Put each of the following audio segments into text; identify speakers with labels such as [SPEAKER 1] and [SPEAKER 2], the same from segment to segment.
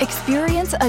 [SPEAKER 1] Experience a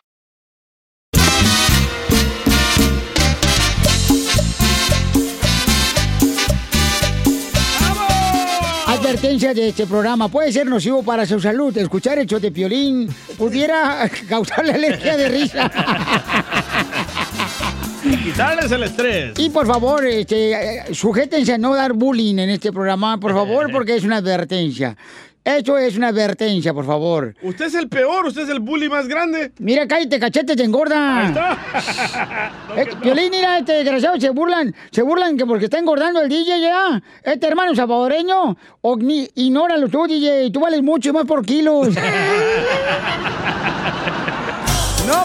[SPEAKER 2] advertencia de este programa puede ser nocivo para su salud. Escuchar el show de Piolín pudiera causarle alergia de risa.
[SPEAKER 3] Quitarles el estrés.
[SPEAKER 2] Y por favor, este, sujétense a no dar bullying en este programa, por favor, porque es una advertencia. Esto es una advertencia, por favor.
[SPEAKER 3] Usted es el peor, usted es el bully más grande.
[SPEAKER 2] Mira, cállate, cachete, te engorda.
[SPEAKER 3] Ahí está.
[SPEAKER 2] Eh, Piolín, mira, este desgraciado se burlan, se burlan que porque está engordando el DJ ya. Este hermano salvadoreño, ogni- ignóralo tú, DJ, tú vales mucho y más por kilos. ¡No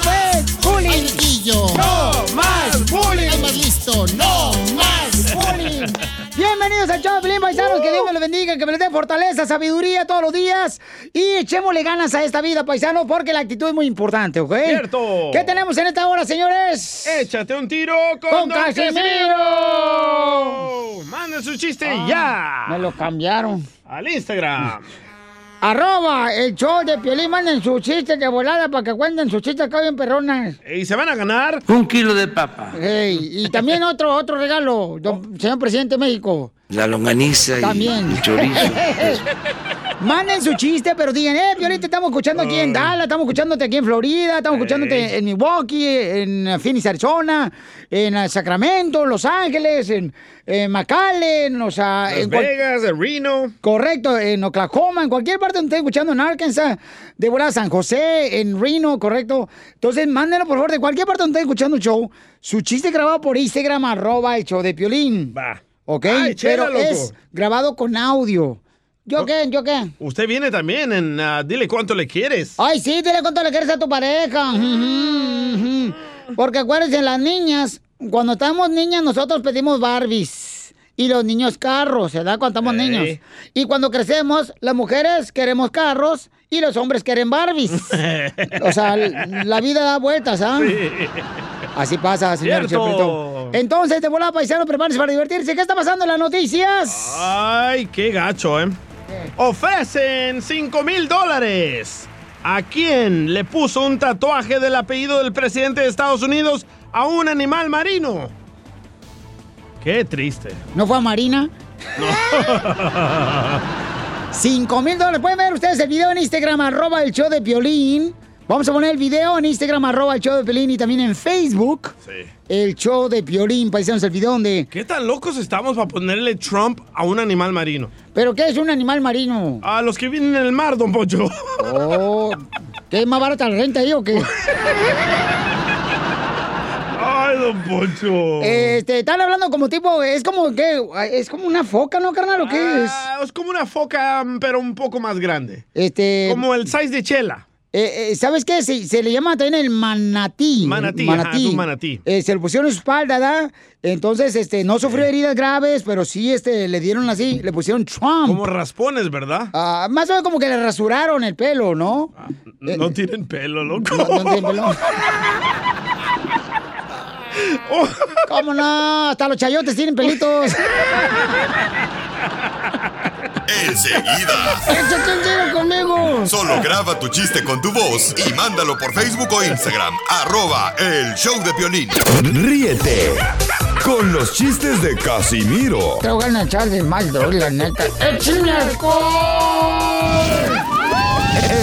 [SPEAKER 2] ves, bullying!
[SPEAKER 4] ¡No más bullying! ¡El más listo! ¡No más bullying!
[SPEAKER 2] Bienvenidos al show de Piolín, paisanos, que Dios me los bendiga, que me les dé fortaleza, sabiduría todos los días. Y echémosle ganas a esta vida, paisano, porque la actitud es muy importante, ¿ok?
[SPEAKER 3] Cierto.
[SPEAKER 2] ¿Qué tenemos en esta hora, señores?
[SPEAKER 3] Échate un tiro con,
[SPEAKER 2] ¡Con
[SPEAKER 3] don
[SPEAKER 2] Casimiro!
[SPEAKER 3] Casimiro. Manda su chiste ya.
[SPEAKER 2] Ah, Me lo cambiaron.
[SPEAKER 3] Al Instagram.
[SPEAKER 2] Arroba el show de Piolín, manden sus chistes de volada para que cuenten sus chistes acá bien perronas.
[SPEAKER 3] Y se van a ganar.
[SPEAKER 5] Un kilo de papa.
[SPEAKER 2] Ey, y también otro, otro regalo, don- señor presidente de México.
[SPEAKER 5] La longaniza
[SPEAKER 2] También.
[SPEAKER 5] y el chorizo.
[SPEAKER 2] Manden su chiste, pero digan, eh, Piolín, te estamos escuchando aquí en Dallas, estamos escuchándote aquí en Florida, estamos escuchándote en Milwaukee, en Phoenix, Arizona, en eh, Sacramento, Los Ángeles, en, en McAllen, o sea,
[SPEAKER 3] Las
[SPEAKER 2] en cual-
[SPEAKER 3] Vegas, el Reno.
[SPEAKER 2] Correcto, en Oklahoma, en cualquier parte donde esté escuchando, en Arkansas, de volada, San José, en Reno, correcto. Entonces, mándenlo, por favor, de cualquier parte donde esté escuchando el show, su chiste grabado por Instagram, arroba el show de Piolín.
[SPEAKER 3] Va.
[SPEAKER 2] ¿Ok?
[SPEAKER 3] Ay, chela,
[SPEAKER 2] Pero
[SPEAKER 3] loco. Oh.
[SPEAKER 2] es grabado con audio. ¿Yo qué? ¿Yo qué?
[SPEAKER 3] Usted viene también en ah, Dile cuánto le quieres.
[SPEAKER 2] Ay, sí, dile cuánto le quieres a tu pareja. Ujú, ujú. Porque acuérdense, las niñas, cuando estamos niñas, nosotros pedimos Barbies. Y los niños carros, ¿verdad? Cuando estamos
[SPEAKER 3] Ey.
[SPEAKER 2] niños. Y cuando crecemos, las mujeres queremos carros y los hombres quieren Barbies. o sea, l- la vida da vueltas, ¿ah? Así pasa, señor
[SPEAKER 3] Cierto.
[SPEAKER 2] Cheprito. Entonces, de volada, paisano, prepárense para divertirse. ¿Qué está pasando en las noticias?
[SPEAKER 3] Ay, qué gacho, ¿eh? Ofrecen 5 mil dólares. ¿A quién le puso un tatuaje del apellido del presidente de Estados Unidos a un animal marino? Qué triste.
[SPEAKER 2] ¿No fue a Marina? Cinco mil dólares. Pueden ver ustedes el video en Instagram, arroba el show de Piolín. Vamos a poner el video en Instagram, arroba el show de Piolín y también en Facebook,
[SPEAKER 3] Sí.
[SPEAKER 2] el show de Piolín. Paisanos, el video donde...
[SPEAKER 3] ¿Qué tan locos estamos para ponerle Trump a un animal marino?
[SPEAKER 2] ¿Pero qué es un animal marino?
[SPEAKER 3] A los que vienen en el mar, don Pocho.
[SPEAKER 2] Oh, ¿Qué es más barata la renta ahí o qué?
[SPEAKER 3] Ay, don Pocho.
[SPEAKER 2] Este, están hablando como tipo... Es como que... Es como una foca, ¿no, carnal? ¿O qué es?
[SPEAKER 3] Ah, es como una foca, pero un poco más grande.
[SPEAKER 2] Este...
[SPEAKER 3] Como el size de chela.
[SPEAKER 2] Eh, eh, ¿Sabes qué? Se, se le llama también el manatí.
[SPEAKER 3] Manatí, ajá, es un manatí.
[SPEAKER 2] Eh, se le pusieron en su espalda, ¿da? Entonces, este, no sufrió heridas graves, pero sí, este, le dieron así, le pusieron Trump.
[SPEAKER 3] Como raspones, ¿verdad?
[SPEAKER 2] Ah, más o menos como que le rasuraron el pelo, ¿no?
[SPEAKER 3] No tienen pelo, loco.
[SPEAKER 2] No, no tiene pelo.
[SPEAKER 3] Oh,
[SPEAKER 2] ¿Cómo no? Hasta los chayotes tienen pelitos.
[SPEAKER 6] Enseguida.
[SPEAKER 2] ¡Échate un tiro conmigo!
[SPEAKER 6] Solo graba tu chiste con tu voz y mándalo por Facebook o Instagram. Arroba el show de Piolín.
[SPEAKER 7] Ríete con los chistes de Casimiro
[SPEAKER 2] Te voy a echar de mal, bro, la neta. ¡Échame alcohol!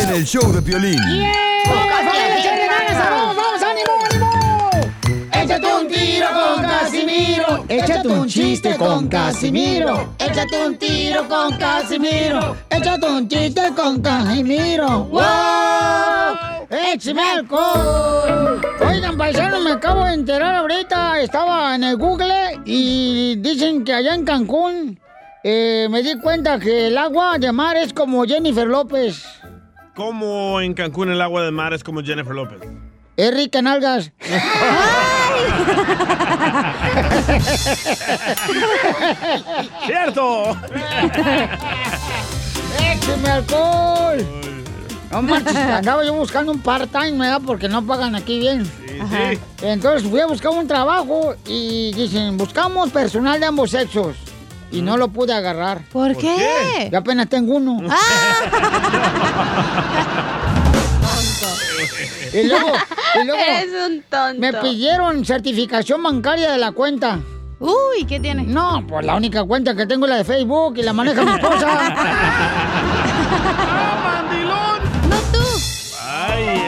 [SPEAKER 7] en el show de Piolín.
[SPEAKER 2] ¡Vamos, vamos, vamos, ánimo, ánimo!
[SPEAKER 4] Échate un tiro con Casimiro.
[SPEAKER 2] Échate un chiste con Casimiro.
[SPEAKER 4] Échate un tiro con Casimiro.
[SPEAKER 2] Échate un chiste con Casimiro. ¡Wow! ¡Échame alcohol! Oigan, paisano, me acabo de enterar ahorita. Estaba en el Google y dicen que allá en Cancún eh, me di cuenta que el agua de mar es como Jennifer López.
[SPEAKER 3] Como en Cancún el agua de mar es como Jennifer López.
[SPEAKER 2] Es rica en algas.
[SPEAKER 3] ¡Cierto!
[SPEAKER 2] ¡Écheme alcohol! No manches, andaba yo buscando un part-time, ¿verdad? Porque no pagan aquí bien.
[SPEAKER 4] Ajá. sí.
[SPEAKER 2] Entonces fui a buscar un trabajo y dicen, buscamos personal de ambos sexos. Y no lo pude agarrar.
[SPEAKER 8] ¿Por qué? qué? Ah.
[SPEAKER 2] Yo apenas tengo uno. Y luego, y luego
[SPEAKER 8] Eres un tonto.
[SPEAKER 2] me pidieron certificación bancaria de la cuenta.
[SPEAKER 8] Uy, ¿qué tiene?
[SPEAKER 2] No, pues la única cuenta que tengo es la de Facebook y la maneja mi esposa.
[SPEAKER 8] No tú.
[SPEAKER 2] Ay,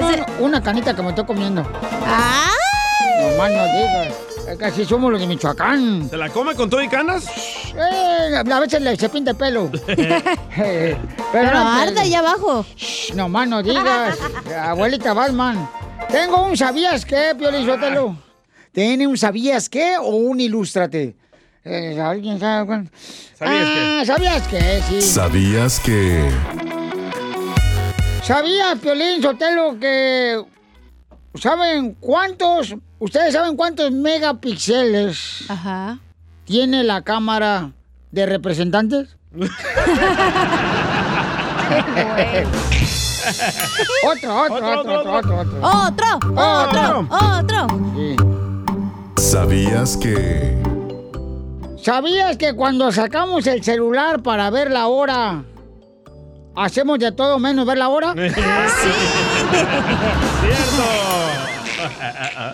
[SPEAKER 2] no, no, una canita que me estoy comiendo. No más no digas. Es que así somos los de Michoacán.
[SPEAKER 3] ¿Se la come con todo y canas?
[SPEAKER 2] Eh, a veces le se pinta el pelo. Eh,
[SPEAKER 8] Pero
[SPEAKER 2] no,
[SPEAKER 8] arde ahí abajo.
[SPEAKER 2] Shh, No más no digas. Abuelita Batman. Tengo un sabías qué, Piolizotelo. ¿Tiene un sabías qué o un ilústrate? Eh, ¿Alguien sabe cuál?
[SPEAKER 4] ¿Sabías
[SPEAKER 2] ah, ¿Sabías qué? Sí.
[SPEAKER 7] ¿Sabías que...
[SPEAKER 2] ¿Sabías, Piolín Sotelo, que saben cuántos, ustedes saben cuántos megapíxeles tiene la cámara de representantes? otro, otro, otro, otro, otro, otro. Oh.
[SPEAKER 8] Otro, Oh. otro, otro.
[SPEAKER 7] ¿Sabías que...
[SPEAKER 2] ¿Sabías que cuando sacamos el celular para ver la hora, hacemos de todo menos ver la hora?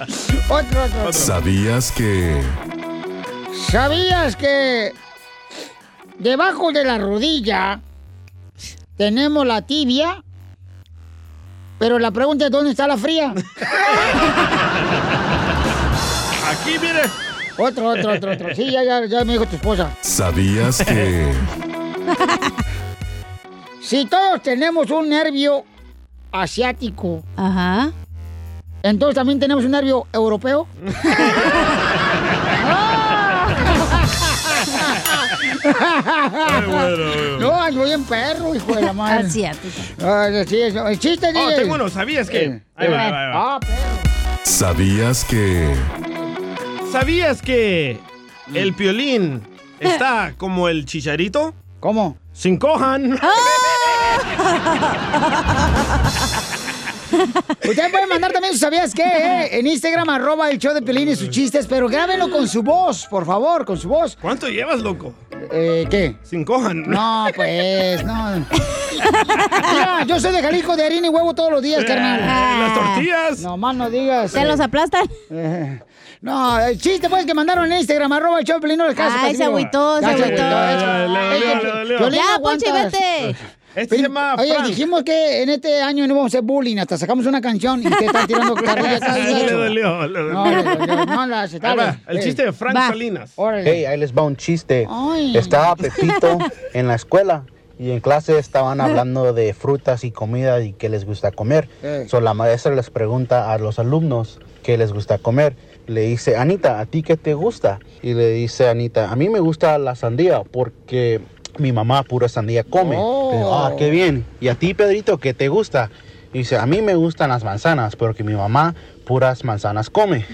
[SPEAKER 4] ¡Cierto!
[SPEAKER 2] Otro, otro.
[SPEAKER 7] ¿Sabías que...
[SPEAKER 2] ¿Sabías que debajo de la rodilla tenemos la tibia? Pero la pregunta es, ¿dónde está la fría?
[SPEAKER 3] Aquí, mire.
[SPEAKER 2] Otro, otro, otro, otro. Sí, ya, ya, ya me dijo tu esposa.
[SPEAKER 7] ¿Sabías que...
[SPEAKER 2] Si todos tenemos un nervio asiático, Ajá. entonces también tenemos un nervio europeo. No, ando bien perro, hijo de la madre.
[SPEAKER 8] Asiático.
[SPEAKER 2] Ah, sí, eso. El chiste, Eh.
[SPEAKER 3] Oh,
[SPEAKER 2] DJ.
[SPEAKER 3] tengo uno, ¿sabías qué? Ahí va, ahí va, ahí va.
[SPEAKER 2] Ah, perro.
[SPEAKER 7] ¿Sabías que...
[SPEAKER 2] Ah.
[SPEAKER 3] ¿Sabías que el piolín está como el chicharito?
[SPEAKER 2] ¿Cómo? Ah.
[SPEAKER 3] Sin cojan.
[SPEAKER 2] Usted puede mandar también sus sabías qué, ¿eh? En Instagram, arroba el show de Pelín y sus chistes, pero grábenlo con su voz, por favor, con su voz.
[SPEAKER 3] ¿Cuánto llevas, loco?
[SPEAKER 2] Eh, ¿qué?
[SPEAKER 3] Sin cojan.
[SPEAKER 2] No, pues, no. Mira, yo soy de Jalisco de harina y huevo todos los días, carnal.
[SPEAKER 3] Eh, las tortillas.
[SPEAKER 2] No, más no digas.
[SPEAKER 8] ¿Se los aplastan?
[SPEAKER 2] Eh, no, el chiste pues que mandaron en Instagram, arroba el show de Pelín, no les caso.
[SPEAKER 8] Ay, se
[SPEAKER 2] Casimiro.
[SPEAKER 8] agüitó, se
[SPEAKER 2] Ya
[SPEAKER 8] agüitó.
[SPEAKER 3] Ya, le dolió, le dolió.
[SPEAKER 2] Piolín,
[SPEAKER 8] Ya,
[SPEAKER 2] no
[SPEAKER 8] Ponchi,
[SPEAKER 2] aguantas.
[SPEAKER 8] vete.
[SPEAKER 3] Este se llama
[SPEAKER 2] Oye,
[SPEAKER 3] Frank.
[SPEAKER 2] dijimos que en este año no vamos a hacer bullying, hasta sacamos una canción y te están tirando carrilla acá.
[SPEAKER 3] Le dolió, le dolió.
[SPEAKER 2] No, le dolió, no la hace,
[SPEAKER 3] Ahí
[SPEAKER 2] dale.
[SPEAKER 3] va, el
[SPEAKER 2] Eh,
[SPEAKER 3] chiste de Frank
[SPEAKER 2] va.
[SPEAKER 3] Salinas.
[SPEAKER 2] Órale.
[SPEAKER 9] Hey, ahí les va un chiste.
[SPEAKER 2] Ay.
[SPEAKER 9] Estaba Pepito en la escuela y en clase estaban hablando de frutas y comida y qué les gusta comer.
[SPEAKER 2] Ey.
[SPEAKER 9] So, la maestra les pregunta a los alumnos qué les gusta comer. Le dice, Anita, ¿a ti qué te gusta? Y le dice Anita, a mí me gusta la sandía porque mi mamá pura sandía come.
[SPEAKER 2] Oh.
[SPEAKER 9] Ah, qué bien. ¿Y a ti, Pedrito, qué te gusta? Y dice, a mí me gustan las manzanas porque mi mamá puras manzanas come.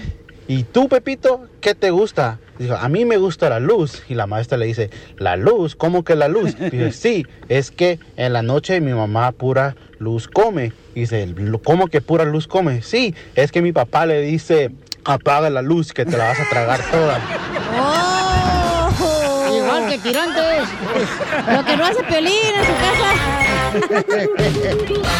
[SPEAKER 9] ¿Y tú, Pepito, qué te gusta? Dijo, a mí me gusta la luz. Y la maestra le dice, ¿la luz? ¿Cómo que la luz? Dice, sí, es que en la noche mi mamá pura luz come. Dice, "Lu- ¿cómo que pura luz come? Sí, es que mi papá le dice, apaga la luz que te la vas a tragar toda.
[SPEAKER 8] Oh.
[SPEAKER 2] Igual que tirantes.
[SPEAKER 8] Lo que no hace Pelín en su casa.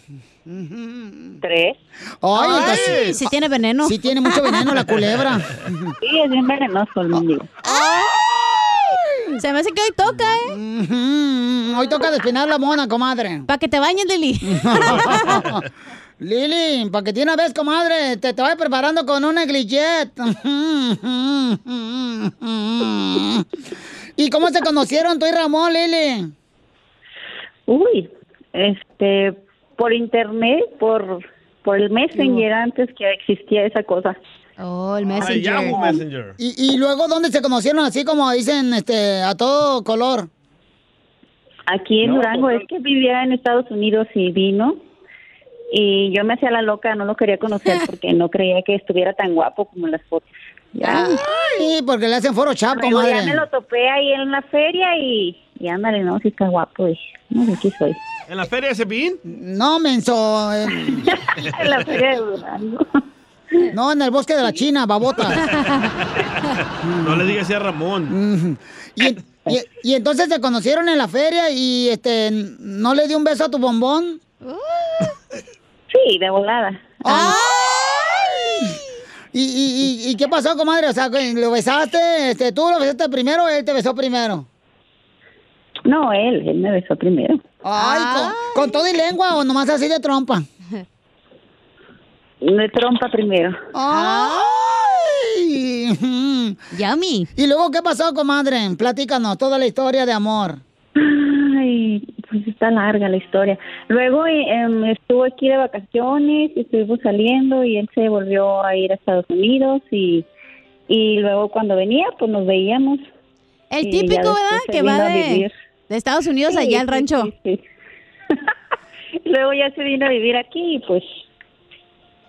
[SPEAKER 10] Tres.
[SPEAKER 2] Ay, entonces-
[SPEAKER 8] si tiene veneno.
[SPEAKER 2] Sí tiene mucho veneno la culebra.
[SPEAKER 10] Sí, es bien venenoso el mendigo.
[SPEAKER 8] Se me hace que hoy toca, ¿eh?
[SPEAKER 2] Hoy toca despinar la mona, comadre.
[SPEAKER 8] Para que te bañes, Lili.
[SPEAKER 2] Lili, para que tiene una vez, comadre, te, te vaya preparando con una negligette. ¿Y cómo se conocieron tú y Ramón, Lili?
[SPEAKER 10] Uy, este, por internet, por, por el Messenger antes que existía esa cosa.
[SPEAKER 8] Oh,
[SPEAKER 2] Ah,
[SPEAKER 8] el
[SPEAKER 3] Ay, Yahoo Messenger.
[SPEAKER 2] ¿Y, y luego dónde se conocieron? Así como dicen, este, a todo color.
[SPEAKER 10] Aquí en
[SPEAKER 2] No,
[SPEAKER 10] Durango,
[SPEAKER 2] pues,
[SPEAKER 10] es que vivía en Estados Unidos y vino. Y yo me hacía la loca, no lo quería conocer porque no creía que estuviera tan guapo como en las fotos. Ya.
[SPEAKER 2] Sí, porque le hacen foro chapo,
[SPEAKER 10] Luego ya me
[SPEAKER 2] comadre.
[SPEAKER 10] lo topé ahí en la feria y, y ándale, no, si está guapo. dije, no, de aquí soy.
[SPEAKER 3] ¿En la feria de Cepillín?
[SPEAKER 2] No, menso. eh,
[SPEAKER 10] En la feria de Durango.
[SPEAKER 2] No, en el bosque de la China, babota.
[SPEAKER 3] No le digas así a Ramón.
[SPEAKER 2] Y, y- y entonces se conocieron en la feria y este no le dio un beso a tu bombón.
[SPEAKER 10] Sí, de volada.
[SPEAKER 2] ¿Y, y, y- y qué pasó, comadre? O sea, ¿lo besaste? Este, ¿Tú lo besaste primero o él te besó primero?
[SPEAKER 10] No, él, él me besó primero.
[SPEAKER 2] Ay, Con, ¿con todo y lengua o nomás así de trompa?
[SPEAKER 10] De trompa primero.
[SPEAKER 2] ¡Ay!
[SPEAKER 8] Yummy.
[SPEAKER 2] ¿Y luego qué pasó, comadre? Platícanos toda la historia de amor.
[SPEAKER 10] Ay, pues está larga la historia. Luego eh, em, estuvo aquí de vacaciones y estuvimos saliendo y él se volvió a ir a Estados Unidos y, y luego cuando venía pues nos veíamos.
[SPEAKER 8] El
[SPEAKER 10] Y ya
[SPEAKER 8] típico,
[SPEAKER 10] después
[SPEAKER 8] ¿verdad?
[SPEAKER 10] se
[SPEAKER 8] Que
[SPEAKER 10] vino
[SPEAKER 8] va
[SPEAKER 10] a
[SPEAKER 8] de,
[SPEAKER 10] vivir.
[SPEAKER 8] de Estados Unidos
[SPEAKER 10] Sí,
[SPEAKER 8] allá al
[SPEAKER 10] sí,
[SPEAKER 8] rancho.
[SPEAKER 10] Luego ya se vino a vivir aquí y pues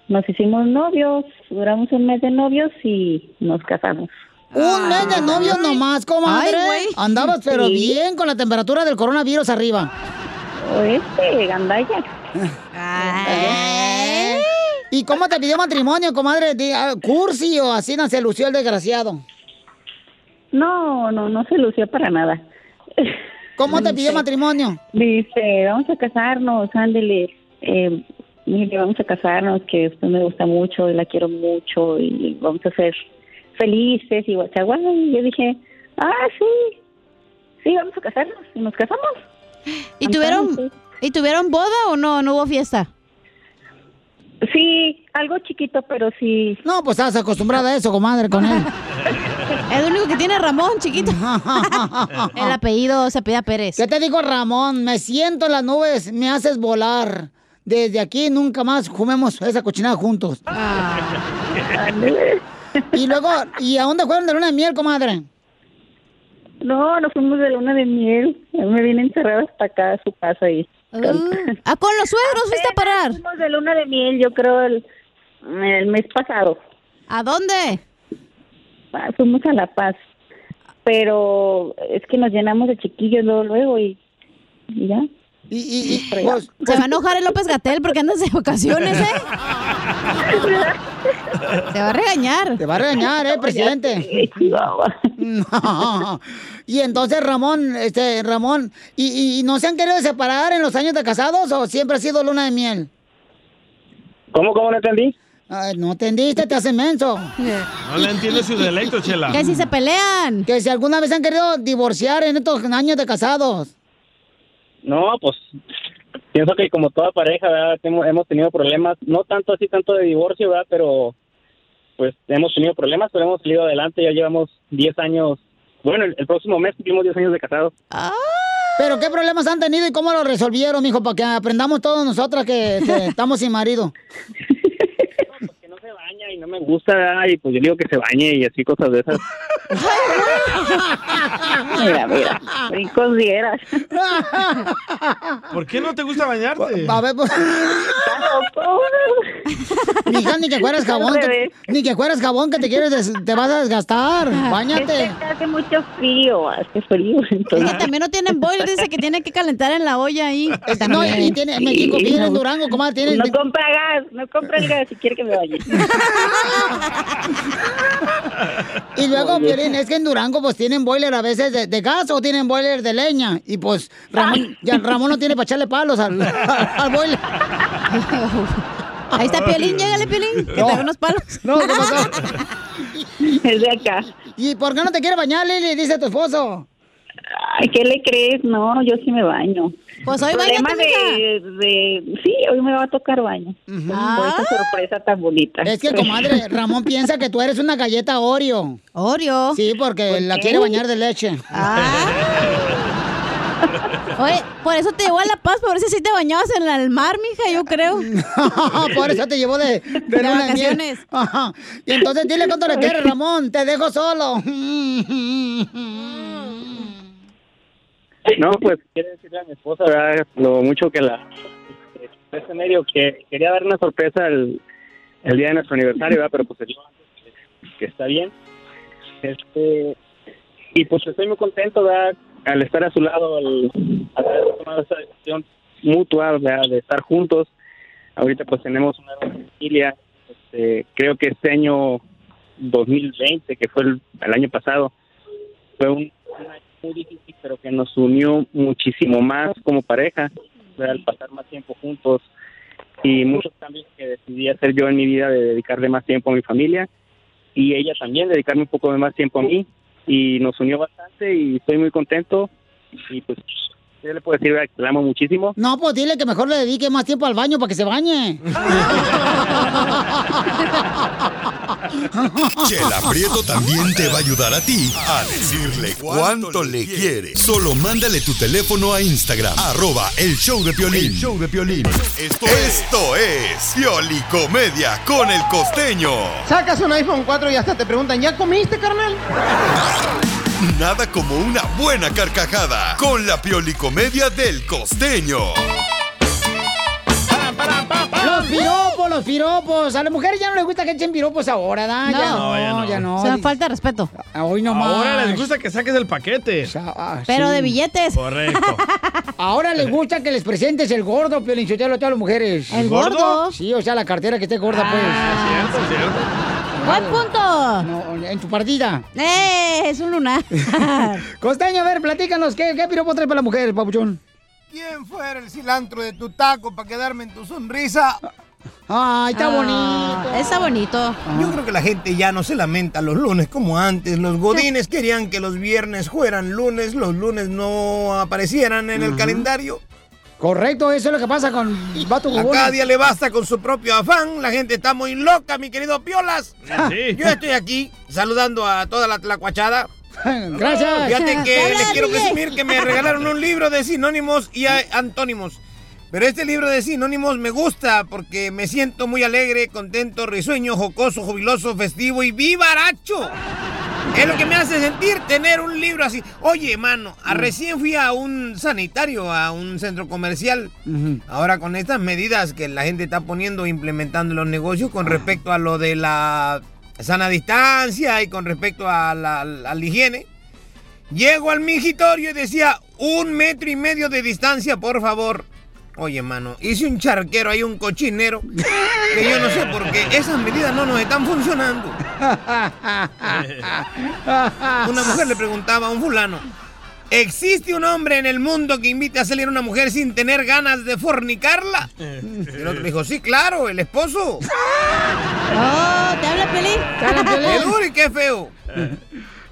[SPEAKER 10] nos hicimos novios, duramos un mes de novios y nos casamos.
[SPEAKER 2] Un mes de novio nomás, comadre.
[SPEAKER 10] Ah. Ay, güey.
[SPEAKER 2] Andabas pero
[SPEAKER 10] Sí.
[SPEAKER 2] bien con la temperatura del coronavirus arriba.
[SPEAKER 10] Este, gandalla.
[SPEAKER 2] ¿Y cómo te pidió matrimonio, comadre? Di- ah, ¿Cursi o así no se lució el desgraciado?
[SPEAKER 10] No, no, no se lució para nada.
[SPEAKER 2] ¿Cómo te pidió matrimonio?
[SPEAKER 10] Dice, vamos a casarnos, ándele. Eh, mire, vamos a casarnos, que usted me gusta mucho y la quiero mucho y vamos a ser felices y guachaguay. Y yo dije, ah, sí, sí, vamos a casarnos y nos casamos.
[SPEAKER 8] ¿Y tuvieron, ¿Y tuvieron boda o no? ¿No hubo fiesta?
[SPEAKER 10] Sí, algo chiquito, pero sí.
[SPEAKER 2] No, pues estás acostumbrada a eso, comadre, con él.
[SPEAKER 8] Es lo único que tiene Ramón, chiquito. El apellido se apellida Pérez.
[SPEAKER 2] ¿Qué te digo, Ramón? Me siento en las nubes, me haces volar. Desde aquí nunca más comemos esa cochinada juntos.
[SPEAKER 10] Ah.
[SPEAKER 8] Ah.
[SPEAKER 2] y luego, ¿y a dónde fueron de luna de miel, comadre?
[SPEAKER 10] No, nos fuimos de luna de miel. Yo Me vine encerrada hasta acá a su casa y
[SPEAKER 8] Ah, con los suegros fuiste a parar.
[SPEAKER 10] Fuimos de luna de miel, yo creo, el, el mes pasado. Ah,
[SPEAKER 8] ¿A dónde?
[SPEAKER 10] fuimos a La Paz. Pero es que nos llenamos de chiquillos luego, luego y, y ya.
[SPEAKER 2] Y,
[SPEAKER 8] Se va a enojar el López Gatel porque andas de vacaciones, ¿eh? Te va a regañar.
[SPEAKER 2] Te va a regañar, ¿eh, presidente? No. Y entonces, Ramón, este, Ramón, ¿y, y, y no se han querido separar en los años de casados o siempre ha sido luna de miel?
[SPEAKER 11] ¿Cómo, cómo no entendí?
[SPEAKER 2] Ay, no entendiste, te hace menso.
[SPEAKER 3] No le entiende su dialecto, Chela.
[SPEAKER 2] si se pelean. Que si alguna vez han querido divorciar en estos años de casados.
[SPEAKER 11] No, pues pienso que como toda pareja, ¿verdad? Hemos, hemos tenido problemas, no tanto así, tanto de divorcio, ¿verdad? Pero pues hemos tenido problemas, pero hemos salido adelante, ya llevamos 10 años, bueno, el, el próximo mes cumplimos 10 años de casados.
[SPEAKER 2] ¿Pero qué problemas han tenido y cómo lo resolvieron, mijo? Para que aprendamos todos nosotras que este, estamos sin marido.
[SPEAKER 11] Y no me gusta, ¿verdad? y pues yo le digo que se bañe y así cosas de esas.
[SPEAKER 10] Mira, mira, ricos dieras.
[SPEAKER 3] ¿Por qué no te gusta bañarte?
[SPEAKER 2] A ver, pues. Mija, ni que fueras jabón,
[SPEAKER 3] Al
[SPEAKER 2] que, ni que fueras jabón que te quieres, des- te vas a desgastar.
[SPEAKER 8] Este
[SPEAKER 10] Es
[SPEAKER 2] Báñate.
[SPEAKER 10] que hace mucho frío, hace frío. Entonces,
[SPEAKER 8] También no tienen boiler, dice que tiene que calentar en la olla ahí.
[SPEAKER 2] No, y- y tiene, en México,
[SPEAKER 10] Sí,
[SPEAKER 2] tiene en
[SPEAKER 10] no.
[SPEAKER 2] Durango, comadre, tiene...
[SPEAKER 10] No compra gas, no compra el gas si quiere que me vaya.
[SPEAKER 2] Y luego,
[SPEAKER 10] Oye.
[SPEAKER 2] Piolín, es que en Durango pues tienen boiler a veces de, de gas o tienen boiler de leña. Y pues Ramón, ya Ramón no tiene para echarle palos al, al boiler.
[SPEAKER 8] Ahí está Piolín, llégale, Piolín, que te haga unos palos.
[SPEAKER 2] No, ¿qué pasó?
[SPEAKER 10] Es de acá.
[SPEAKER 2] ¿Y por qué no te quiere bañar, Lili? Dice tu esposo.
[SPEAKER 10] Ay, ¿qué le crees? No, yo sí me baño.
[SPEAKER 8] Pues hoy
[SPEAKER 10] El problema
[SPEAKER 8] báñate,
[SPEAKER 10] de, de- Sí, hoy me va a tocar baño. Por
[SPEAKER 8] Ah.
[SPEAKER 10] esta sorpresa tan bonita.
[SPEAKER 2] Es que, comadre, Ramón piensa que tú eres una galleta Oreo.
[SPEAKER 8] ¿Oreo?
[SPEAKER 2] Sí, porque la
[SPEAKER 8] qué?
[SPEAKER 2] quiere bañar de leche.
[SPEAKER 8] Oye, por eso te llevó a La Paz, por eso sí te bañabas en la- el mar, mija, yo creo.
[SPEAKER 2] por eso te llevó de,
[SPEAKER 8] De
[SPEAKER 2] luna de miel.
[SPEAKER 8] vacaciones.
[SPEAKER 2] Ajá. Ah, Y entonces dile cuánto le quieres, Ramón. Te dejo solo.
[SPEAKER 11] No, pues quiero decirle a mi esposa, ¿verdad? Lo mucho que la... Este medio que quería dar una sorpresa el, el día de nuestro aniversario, ¿verdad? Pero pues el que está bien. Este, y pues estoy muy contento, ¿verdad? Al estar a su lado, al, al haber tomado esa decisión mutua, ¿verdad? De estar juntos. Ahorita pues tenemos una nueva familia. Este, creo que este año 2020, que fue el, el año pasado, fue un, un año muy difícil, pero que nos unió muchísimo más como pareja, ¿verdad? Al pasar más tiempo juntos y muchos cambios que decidí hacer yo en mi vida de dedicarle más tiempo a mi familia y ella también dedicarme un poco de más tiempo a mí y nos unió bastante y estoy muy contento y pues yo le puedo decir ¿verdad? que la amo muchísimo
[SPEAKER 2] No, pues dile que mejor le dedique más tiempo al baño para que se bañe.
[SPEAKER 6] Chela Prieto también te va a ayudar a ti a decirle cuánto le quiere. Solo mándale tu teléfono a Instagram, arroba el show de Piolín. show de Piolín. Esto, Esto es Pioli Comedia con el costeño.
[SPEAKER 12] Sacas un iPhone 4 y hasta te preguntan, ¿ya comiste, carnal?
[SPEAKER 6] Nada como una buena carcajada con la Pioli Comedia del costeño.
[SPEAKER 2] Los piropos, los piropos. A las mujeres ya no les gusta que echen piropos ahora, ¿da?
[SPEAKER 3] No.
[SPEAKER 2] ya
[SPEAKER 3] No, ya no.
[SPEAKER 2] ya no. Ah,
[SPEAKER 3] Se da
[SPEAKER 8] falta de respeto.
[SPEAKER 2] Hoy no
[SPEAKER 3] Ahora
[SPEAKER 2] más.
[SPEAKER 3] les gusta que saques el paquete.
[SPEAKER 2] Pero sí. de billetes.
[SPEAKER 3] Correcto.
[SPEAKER 2] Ahora les gusta que les presentes el gordo, Piolinchotelo, a todas las mujeres.
[SPEAKER 3] ¿El gordo? gordo?
[SPEAKER 2] Sí, o sea, la cartera que esté gorda,
[SPEAKER 3] Ah,
[SPEAKER 2] pues.
[SPEAKER 8] ¡Buen punto!
[SPEAKER 2] No, en tu partida.
[SPEAKER 8] ¡Eh! Es un lunar.
[SPEAKER 2] Costeño, a ver, platícanos, ¿qué, qué piropo traes para las mujeres, papuchón?
[SPEAKER 12] ¿Quién fuera el cilantro de tu taco para quedarme en tu sonrisa? Ah.
[SPEAKER 2] Ay,
[SPEAKER 8] está bonito. Está bonito.
[SPEAKER 12] Yo creo que la gente ya no se lamenta los lunes como antes. Los godines querían que los viernes fueran lunes, los lunes no aparecieran en el calendario.
[SPEAKER 2] Correcto, eso es lo que pasa con Vato
[SPEAKER 12] A
[SPEAKER 2] Bobón.
[SPEAKER 12] cada día le basta con su propio afán. La gente está muy loca, mi querido Piolas.
[SPEAKER 2] sí.
[SPEAKER 12] Yo estoy aquí saludando a toda la tlacuachada.
[SPEAKER 2] Gracias.
[SPEAKER 12] Fíjate que
[SPEAKER 2] Hola,
[SPEAKER 12] les quiero
[SPEAKER 2] DJ.
[SPEAKER 12] presumir que me regalaron un libro de sinónimos y a- antónimos. Pero este libro de sinónimos me gusta porque me siento muy alegre, contento, risueño, jocoso, jubiloso, festivo y vivaracho. Es lo que me hace sentir tener un libro así. Oye, mano, a- recién fui a un sanitario, a un centro comercial. Ahora con estas medidas que la gente está poniendo, implementando en los negocios con respecto a lo de la sana distancia y con respecto a la, a la higiene. Llego al mingitorio y decía un metro y medio de distancia, por favor. Oye, mano, hice un charquero, hay un cochinero, que yo no sé por qué esas medidas no nos están funcionando. Una mujer le preguntaba a un fulano, ¿existe un hombre en el mundo que invite a salir a una mujer sin tener ganas de fornicarla? Y el otro le dijo, sí, claro, el esposo.
[SPEAKER 8] Oh, ¿te habla Pelín?
[SPEAKER 12] ¡Qué duro y qué feo!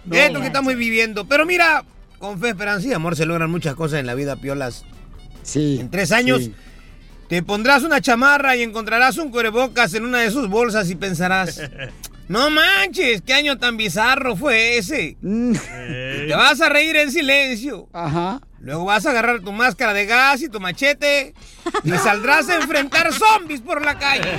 [SPEAKER 12] Esto que estamos viviendo. Pero mira, con fe, esperanza y amor se logran muchas cosas en la vida, piolas.
[SPEAKER 2] Sí.
[SPEAKER 12] En tres años
[SPEAKER 2] sí.
[SPEAKER 12] te pondrás una chamarra y encontrarás un cuerebocas en una de sus bolsas y pensarás. No manches, qué año tan bizarro fue ese. Te vas a reír en silencio.
[SPEAKER 2] Ajá.
[SPEAKER 12] Luego vas a agarrar tu máscara de gas y tu machete y saldrás a enfrentar zombies por la calle.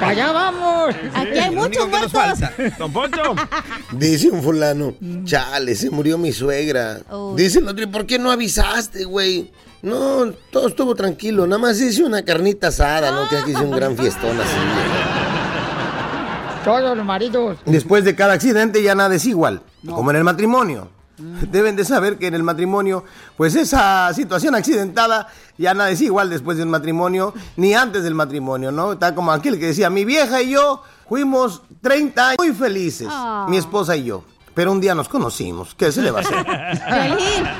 [SPEAKER 2] allá vamos!
[SPEAKER 12] Aquí hay muchos muertos. Don Poncho.
[SPEAKER 13] Dice un fulano, chale, se murió mi suegra.
[SPEAKER 12] Uy.
[SPEAKER 13] Dice el otro, "¿Y por qué no avisaste, güey? No, todo estuvo tranquilo, nada más hice una carnita asada, no creas que hice un gran fiestón así.
[SPEAKER 2] Todos los maridos.
[SPEAKER 14] Después de cada accidente ya nada es igual, como en el matrimonio.
[SPEAKER 2] Mm.
[SPEAKER 14] Deben de saber que en el matrimonio, pues esa situación accidentada ya nada es igual después del matrimonio, ni antes del matrimonio, ¿no? Está como aquel que decía, mi vieja y yo fuimos 30 años muy felices,
[SPEAKER 4] Ah.
[SPEAKER 14] mi esposa y yo. Pero un día nos conocimos, ¿qué se le va a hacer?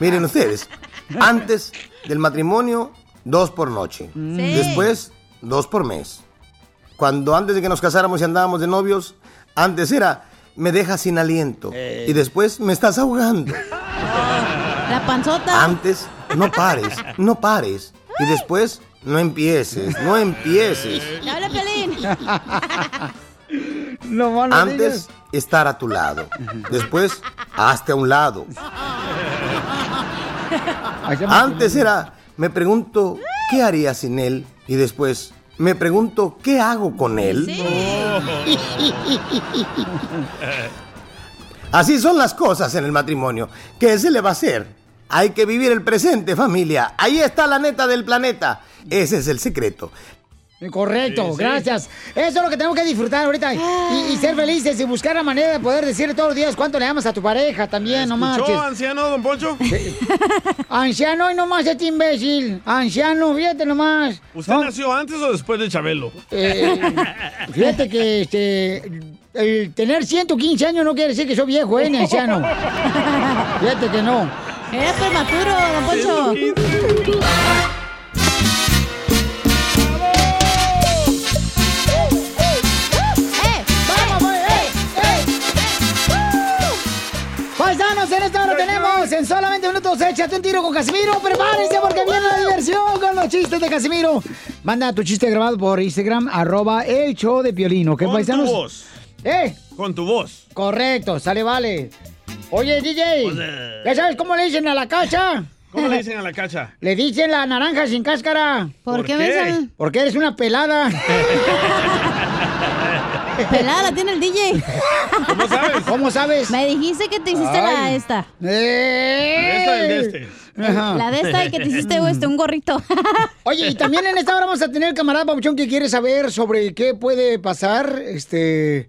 [SPEAKER 14] Miren ustedes, antes del matrimonio, dos por noche. Después, dos por mes. Cuando antes de que nos casáramos y andábamos de novios, antes era, me dejas sin aliento.
[SPEAKER 8] Eh.
[SPEAKER 14] Y después, me estás ahogando.
[SPEAKER 8] La panzota.
[SPEAKER 14] Antes, no pares, no pares. Y después, no empieces, no empieces.
[SPEAKER 8] ¿Te habla Pelín?
[SPEAKER 14] Antes, estar a tu lado. Después, hazte a un lado. Antes era, me pregunto, ¿qué haría sin él? Y después, me pregunto, ¿qué hago con él? Así son las cosas en el matrimonio. ¿Qué se le va a hacer? Hay que vivir el presente, familia. Ahí está la neta del planeta. Ese es el secreto.
[SPEAKER 2] Correcto,
[SPEAKER 14] Sí, sí.
[SPEAKER 2] gracias. Eso es lo que tenemos que disfrutar ahorita. Y, y
[SPEAKER 14] Ah.
[SPEAKER 2] ser felices y buscar la manera de poder decirle todos los días cuánto le amas a tu pareja también, no
[SPEAKER 3] ¿Escuchó,
[SPEAKER 2] marches.
[SPEAKER 3] anciano, don Poncho?
[SPEAKER 2] Anciano y nomás este imbécil. Anciano, fíjate nomás.
[SPEAKER 3] ¿Usted nació antes o después de Chabelo?
[SPEAKER 2] Eh, fíjate que este, el tener 115 años no quiere decir que soy viejo, ¿eh? Ni anciano. Fíjate que no.
[SPEAKER 8] Era prematuro, pues don Poncho.
[SPEAKER 4] Eh,
[SPEAKER 2] pues, eh. Paisanos, en esta hora tenemos en solamente minutos. Échate un tiro con Casimiro.
[SPEAKER 3] Oh.
[SPEAKER 2] Prepárense porque viene la diversión con los chistes de Casimiro. Manda tu chiste grabado por Instagram, arroba el show de Piolino. ¿Qué
[SPEAKER 3] Con
[SPEAKER 2] paisanos?
[SPEAKER 3] tu voz.
[SPEAKER 2] ¿Eh?
[SPEAKER 3] Con tu voz.
[SPEAKER 2] Correcto, sale, vale. Oye, DJ,
[SPEAKER 3] Pues, eh.
[SPEAKER 2] ¿ya sabes cómo le dicen a la cacha?
[SPEAKER 3] ¿Cómo le dicen a la cacha?
[SPEAKER 2] Le dicen la naranja sin cáscara.
[SPEAKER 3] ¿Por ¿Por qué, qué? Benson?
[SPEAKER 2] Porque eres una pelada.
[SPEAKER 8] Pelada la tiene el DJ.
[SPEAKER 3] ¿Cómo sabes?
[SPEAKER 2] ¿Cómo sabes? Eh.
[SPEAKER 8] Me dijiste que te hiciste la
[SPEAKER 4] Ay.
[SPEAKER 8] esta.
[SPEAKER 4] esta y de este. Ajá.
[SPEAKER 8] La de esta y que te hiciste este, un gorrito.
[SPEAKER 2] Oye, y también en esta hora vamos a tener el camarada Pabuchón que quiere saber sobre qué puede pasar este,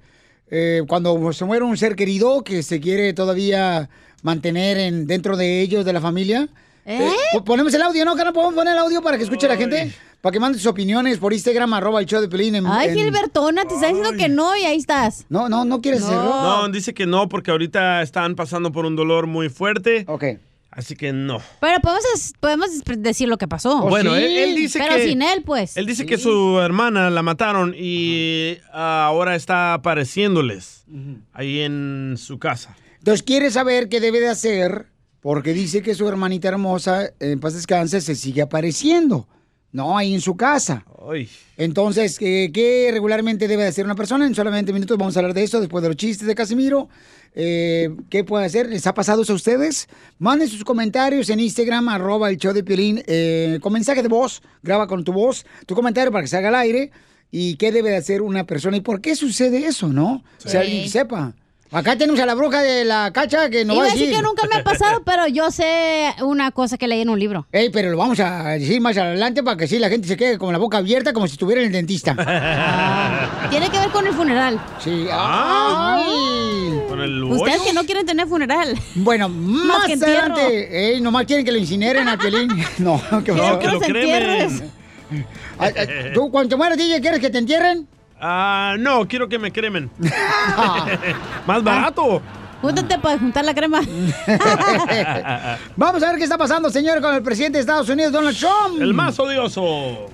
[SPEAKER 2] eh, cuando se muere un ser querido que se quiere todavía mantener en, dentro de ellos, de la familia.
[SPEAKER 4] ¿Eh?
[SPEAKER 2] po- ponemos el audio, ¿no, carnal? ¿Podemos poner el audio para que escuche la gente? Para que mande sus opiniones por Instagram, arroba el show de Pelín. en-
[SPEAKER 8] Ay,
[SPEAKER 2] en-
[SPEAKER 8] Gilbertona, te está diciendo que no y ahí estás.
[SPEAKER 2] No, no, no quieres
[SPEAKER 3] No, dice que no, porque ahorita están pasando por un dolor muy fuerte.
[SPEAKER 2] Ok.
[SPEAKER 3] Así que no.
[SPEAKER 8] Pero podemos, es- podemos despre- decir lo que pasó.
[SPEAKER 3] Bueno, él- él dice
[SPEAKER 8] Pero
[SPEAKER 3] que-
[SPEAKER 8] sin él, pues.
[SPEAKER 3] Él dice que su hermana la mataron y ah, ahora está apareciéndoles ahí en su casa.
[SPEAKER 2] Entonces quiere saber qué debe de hacer porque dice que su hermanita hermosa, en paz descanse, se sigue apareciendo, ¿no? Ahí en su casa.
[SPEAKER 3] Ay.
[SPEAKER 2] Entonces, ¿qué, qué regularmente debe de hacer una persona? En solamente minutos vamos a hablar de eso, después de los chistes de Casimiro. Eh, ¿Qué puede hacer? ¿Les ha pasado eso a ustedes? Manden sus comentarios en Instagram, arroba el show de Piolín, eh, con mensaje de voz, graba con tu voz, tu comentario para que se haga al aire. y qué debe de hacer una persona y por qué sucede eso, ¿no? O sea, alguien que sepa. Acá tenemos a la bruja de la cacha que no
[SPEAKER 8] Iba
[SPEAKER 2] va
[SPEAKER 8] a decir que nunca me ha pasado, pero yo sé una cosa que leí en un libro.
[SPEAKER 2] Ey, pero lo vamos a decir más adelante para que sí la gente se quede con la boca abierta como si estuviera en el dentista.
[SPEAKER 8] Tiene que ver con el funeral.
[SPEAKER 2] Sí. ¡Ay!
[SPEAKER 3] Con el
[SPEAKER 8] Ustedes que no quieren tener funeral.
[SPEAKER 2] Bueno, más,
[SPEAKER 8] que entierro.
[SPEAKER 2] adelante. Ey, nomás quieren que lo incineren a Piolín. No, que
[SPEAKER 3] Quiero
[SPEAKER 2] va.
[SPEAKER 3] que lo Que lo entierres. cremen.
[SPEAKER 2] Ay, ay, ¿Tú cuando te mueras, DJ, quieres que te entierren?
[SPEAKER 3] Ah, no, quiero que me cremen. Más barato.
[SPEAKER 8] Júntate para juntar la crema.
[SPEAKER 2] Vamos a ver qué está pasando, señor, con el presidente de Estados Unidos, Donald Trump.
[SPEAKER 3] El más odioso.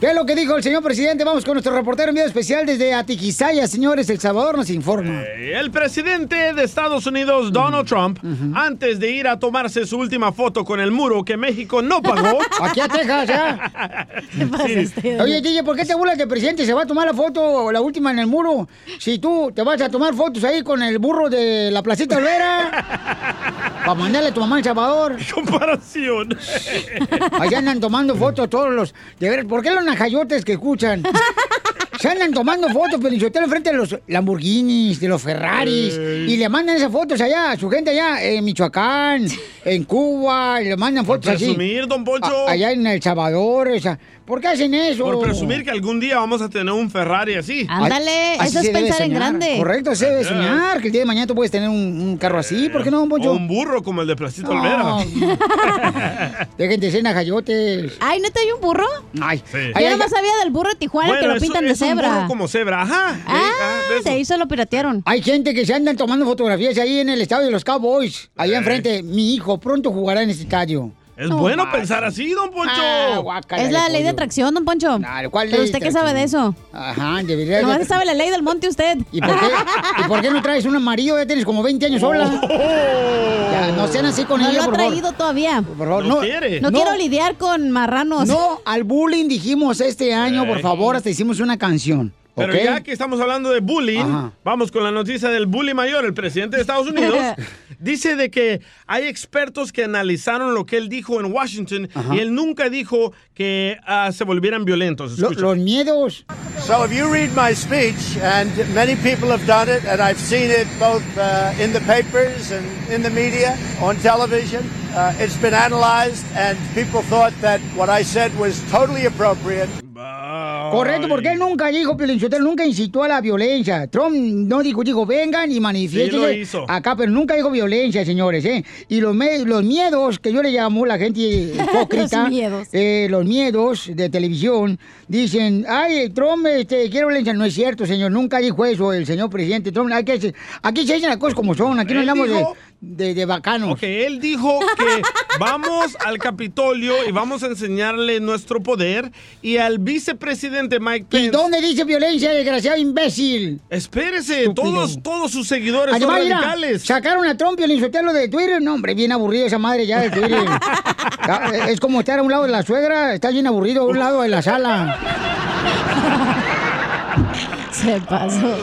[SPEAKER 2] ¿Qué es lo que dijo el señor presidente? Vamos con nuestro reportero en video especial desde Atiquizaya, señores. El Salvador nos informa.
[SPEAKER 3] El presidente de Estados Unidos, Donald Trump, antes de ir a tomarse su última foto con el muro que México no pagó.
[SPEAKER 2] Aquí a Texas, ya. Oye, DJ, ¿por qué te burlas que el presidente se va a tomar la foto, la última en el muro? Si tú te vas a tomar fotos ahí con el burro de la Placita Olvera, para mandarle a tu mamá El Salvador.
[SPEAKER 3] Comparación.
[SPEAKER 2] Allá andan tomando fotos todos los. De veras, ¿por qué los najayotes que escuchan? Se andan tomando fotos, pero yo enfrente de los Lamborghinis, de los Ferraris,
[SPEAKER 4] Ey.
[SPEAKER 2] y le mandan esas fotos allá, a su gente allá en Michoacán, en Cuba, y le mandan fotos así.
[SPEAKER 3] presumir, don Poncho.
[SPEAKER 2] A- allá en El Salvador, o sea, ¿por qué hacen eso?
[SPEAKER 3] Por presumir que algún día vamos a tener un Ferrari así.
[SPEAKER 2] Ándale, Así eso es se debe pensar en soñar. grande. Correcto, se debe soñar, que el día de mañana tú puedes tener un, un carro así, ¿por qué no, don Poncho?
[SPEAKER 3] Eh, O un burro como el de Placito
[SPEAKER 2] No.
[SPEAKER 3] Olvera.
[SPEAKER 2] Dejen de ser najayotes.
[SPEAKER 8] Ay, ¿neta hay un burro?
[SPEAKER 2] Ay,
[SPEAKER 8] Yo nomás sabía del burro de Tijuana que lo
[SPEAKER 2] Bueno, eso-
[SPEAKER 8] pintan de
[SPEAKER 2] es un burro
[SPEAKER 8] cebra.
[SPEAKER 2] como
[SPEAKER 3] cebra, ajá.
[SPEAKER 8] Ah, se hizo, lo piratearon.
[SPEAKER 2] Hay gente que se andan tomando fotografías ahí en el estadio de los Cowboys. Allá enfrente, mi hijo pronto jugará en ese estadio.
[SPEAKER 3] Eh. Es
[SPEAKER 2] No
[SPEAKER 3] bueno
[SPEAKER 2] manches.
[SPEAKER 3] pensar así, don Poncho.
[SPEAKER 2] Ah, guácala,
[SPEAKER 8] Es la ley de
[SPEAKER 2] pollo.
[SPEAKER 8] atracción, don Poncho.
[SPEAKER 2] ¿Cuál
[SPEAKER 8] ¿Pero
[SPEAKER 2] ley
[SPEAKER 8] usted
[SPEAKER 2] de
[SPEAKER 8] qué sabe de eso?
[SPEAKER 2] Ajá, debería
[SPEAKER 8] No,
[SPEAKER 2] de-
[SPEAKER 8] sabe la ley del monte usted.
[SPEAKER 2] ¿Y por, qué, ¿Y por qué no traes un amarillo? Ya tienes como 20 años sola. Ya, no sean así con
[SPEAKER 8] Oh. no
[SPEAKER 2] ella,
[SPEAKER 8] lo
[SPEAKER 2] por
[SPEAKER 8] ha
[SPEAKER 2] favor.
[SPEAKER 8] traído todavía.
[SPEAKER 2] Por favor, no.
[SPEAKER 8] No, quiero lidiar con marranos.
[SPEAKER 2] No, al bullying dijimos este año, por
[SPEAKER 8] Eh.
[SPEAKER 3] Ey.
[SPEAKER 2] favor, hasta hicimos una canción. ¿Ok?
[SPEAKER 3] Pero ya que estamos hablando de bullying, vamos con la noticia del bully mayor, el presidente de Estados Unidos. dice de que hay expertos que analizaron lo que él dijo en Washington y él nunca dijo que ah, se volvieran violentos.
[SPEAKER 2] los miedos.
[SPEAKER 15] So if you read my speech, and many people have done it, and I've seen it both uh, in the papers and in the media, on television, uh, it's been analyzed, and people thought that what I said was totally appropriate.
[SPEAKER 2] Correcto, porque él nunca dijo, Piolín Sotelo, nunca incitó a la violencia. Trump no dijo, dijo, vengan y
[SPEAKER 3] Sí, lo
[SPEAKER 2] manifiesten
[SPEAKER 3] hizo.
[SPEAKER 2] acá, pero nunca dijo violencia, señores, ¿eh? Y los, me- los miedos, que yo le llamo la gente hipócrita,
[SPEAKER 8] Los miedos.
[SPEAKER 2] eh, los miedos de televisión, dicen, ay, Trump, este, quiero violencia. No es cierto, señor, nunca dijo eso el señor presidente Trump. Hay que hacer- aquí se dicen las cosas como son, aquí no
[SPEAKER 3] Él
[SPEAKER 2] hablamos de,
[SPEAKER 3] dijo-
[SPEAKER 2] de, de bacanos.
[SPEAKER 3] Que él dijo que vamos al Capitolio y vamos a enseñarle nuestro poder y al vicepresidente Mike Pence.
[SPEAKER 2] ¿Y dónde dice violencia, desgraciado imbécil?
[SPEAKER 3] Espérese, todos, todos sus seguidores
[SPEAKER 2] Además,
[SPEAKER 3] son
[SPEAKER 2] mira,
[SPEAKER 3] radicales.
[SPEAKER 2] sacaron a Trump y el insotelo de Twitter. No, hombre, bien aburrido esa madre ya de Twitter. Ya, es como estar a un lado de la suegra, está bien aburrido a un lado de la sala.
[SPEAKER 8] Se pasó.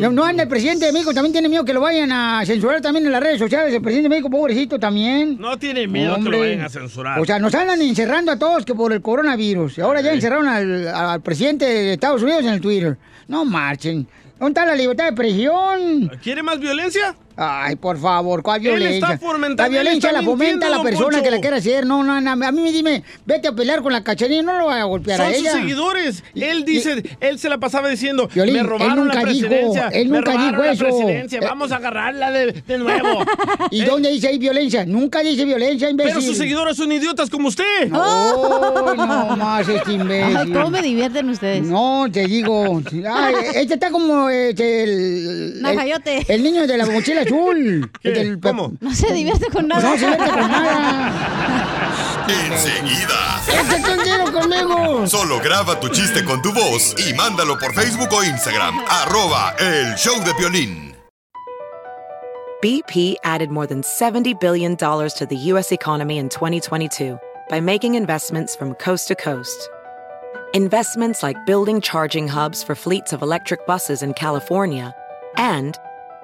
[SPEAKER 2] No, no anda el presidente de México, también tiene miedo que lo vayan a censurar también en las redes sociales. El presidente de México, pobrecito también.
[SPEAKER 3] No tiene miedo que
[SPEAKER 2] Hombre.
[SPEAKER 3] lo vayan a censurar.
[SPEAKER 2] O sea, nos andan encerrando a todos que por el coronavirus. Y Ahora ya encerraron al, al presidente de Estados Unidos en el Twitter. No marchen. ¿Dónde está la libertad de presión?
[SPEAKER 3] ¿Quiere más violencia?
[SPEAKER 2] Ay, por favor, ¿cuál
[SPEAKER 3] Él está
[SPEAKER 2] violencia?
[SPEAKER 3] fomentando,
[SPEAKER 2] la
[SPEAKER 3] él
[SPEAKER 2] violencia
[SPEAKER 3] está
[SPEAKER 2] la fomenta
[SPEAKER 3] mintiendo,
[SPEAKER 2] la
[SPEAKER 3] don
[SPEAKER 2] persona
[SPEAKER 3] Poncho.
[SPEAKER 2] que la quiera hacer. No, no, no. A mí me dime, vete a pelear con la cachanilla, no lo voy a golpear
[SPEAKER 3] Son
[SPEAKER 2] a
[SPEAKER 3] sus
[SPEAKER 2] ella.
[SPEAKER 3] seguidores. Él dice, él se la pasaba diciendo,
[SPEAKER 2] Violín,
[SPEAKER 3] me robaron
[SPEAKER 2] él nunca
[SPEAKER 3] la
[SPEAKER 2] dijo,
[SPEAKER 3] presidencia,
[SPEAKER 2] él
[SPEAKER 3] me
[SPEAKER 2] nunca
[SPEAKER 3] robaron
[SPEAKER 2] dijo
[SPEAKER 3] la
[SPEAKER 2] eso.
[SPEAKER 3] presidencia,
[SPEAKER 2] Eh,
[SPEAKER 3] vamos a agarrarla de, de nuevo.
[SPEAKER 2] ¿Y dónde dice ahí violencia? Nunca dice violencia, imbécil.
[SPEAKER 3] Pero sus seguidores son idiotas como usted.
[SPEAKER 2] No, no más este imbécil.
[SPEAKER 8] Ay, ¿cómo me divierten ustedes?
[SPEAKER 2] No, te digo. Ay, este está como este, el,
[SPEAKER 8] Najayote.
[SPEAKER 2] el. el niño de la mochila azul. El del pe-
[SPEAKER 8] No se divierte con nada.
[SPEAKER 2] Pues No se divierte con nada.
[SPEAKER 6] Enseguida.
[SPEAKER 2] ¡Échate un tiro conmigo!
[SPEAKER 6] Solo graba tu chiste con tu voz y mándalo por Facebook o Instagram. Arroba el show de violín.
[SPEAKER 16] BP added more than $70 billion to the U.S. economy in 2022 by making investments from coast to coast. Investments like building charging hubs for fleets of electric buses in California and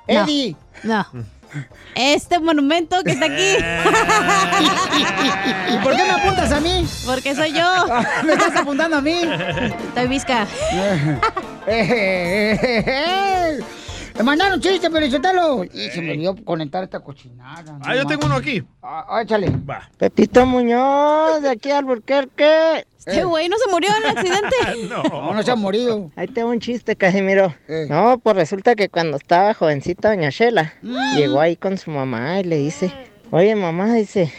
[SPEAKER 2] Eddie.
[SPEAKER 8] No. Este monumento que está aquí.
[SPEAKER 2] ¿Y por qué me apuntas a mí?
[SPEAKER 8] Porque soy yo.
[SPEAKER 2] ¿Me estás apuntando a mí?
[SPEAKER 8] Estoy visca.
[SPEAKER 2] Eh, Me eh, mandaron chiste, pero insultalo. Y se me olvidó conectar esta cochinada.
[SPEAKER 3] Ah, yo tengo uno aquí.
[SPEAKER 2] Ah, échale.
[SPEAKER 17] Pepito Muñoz, de aquí al Eh. Burquerque.
[SPEAKER 8] Este güey no se murió en el accidente.
[SPEAKER 2] Eh. No, no se ha morido. Eh.
[SPEAKER 17] Ahí tengo un chiste, Casimiro. No, pues resulta que cuando estaba jovencita Doña Shela,
[SPEAKER 2] Mm.
[SPEAKER 17] llegó ahí con su mamá y le dice, oye mamá, dice,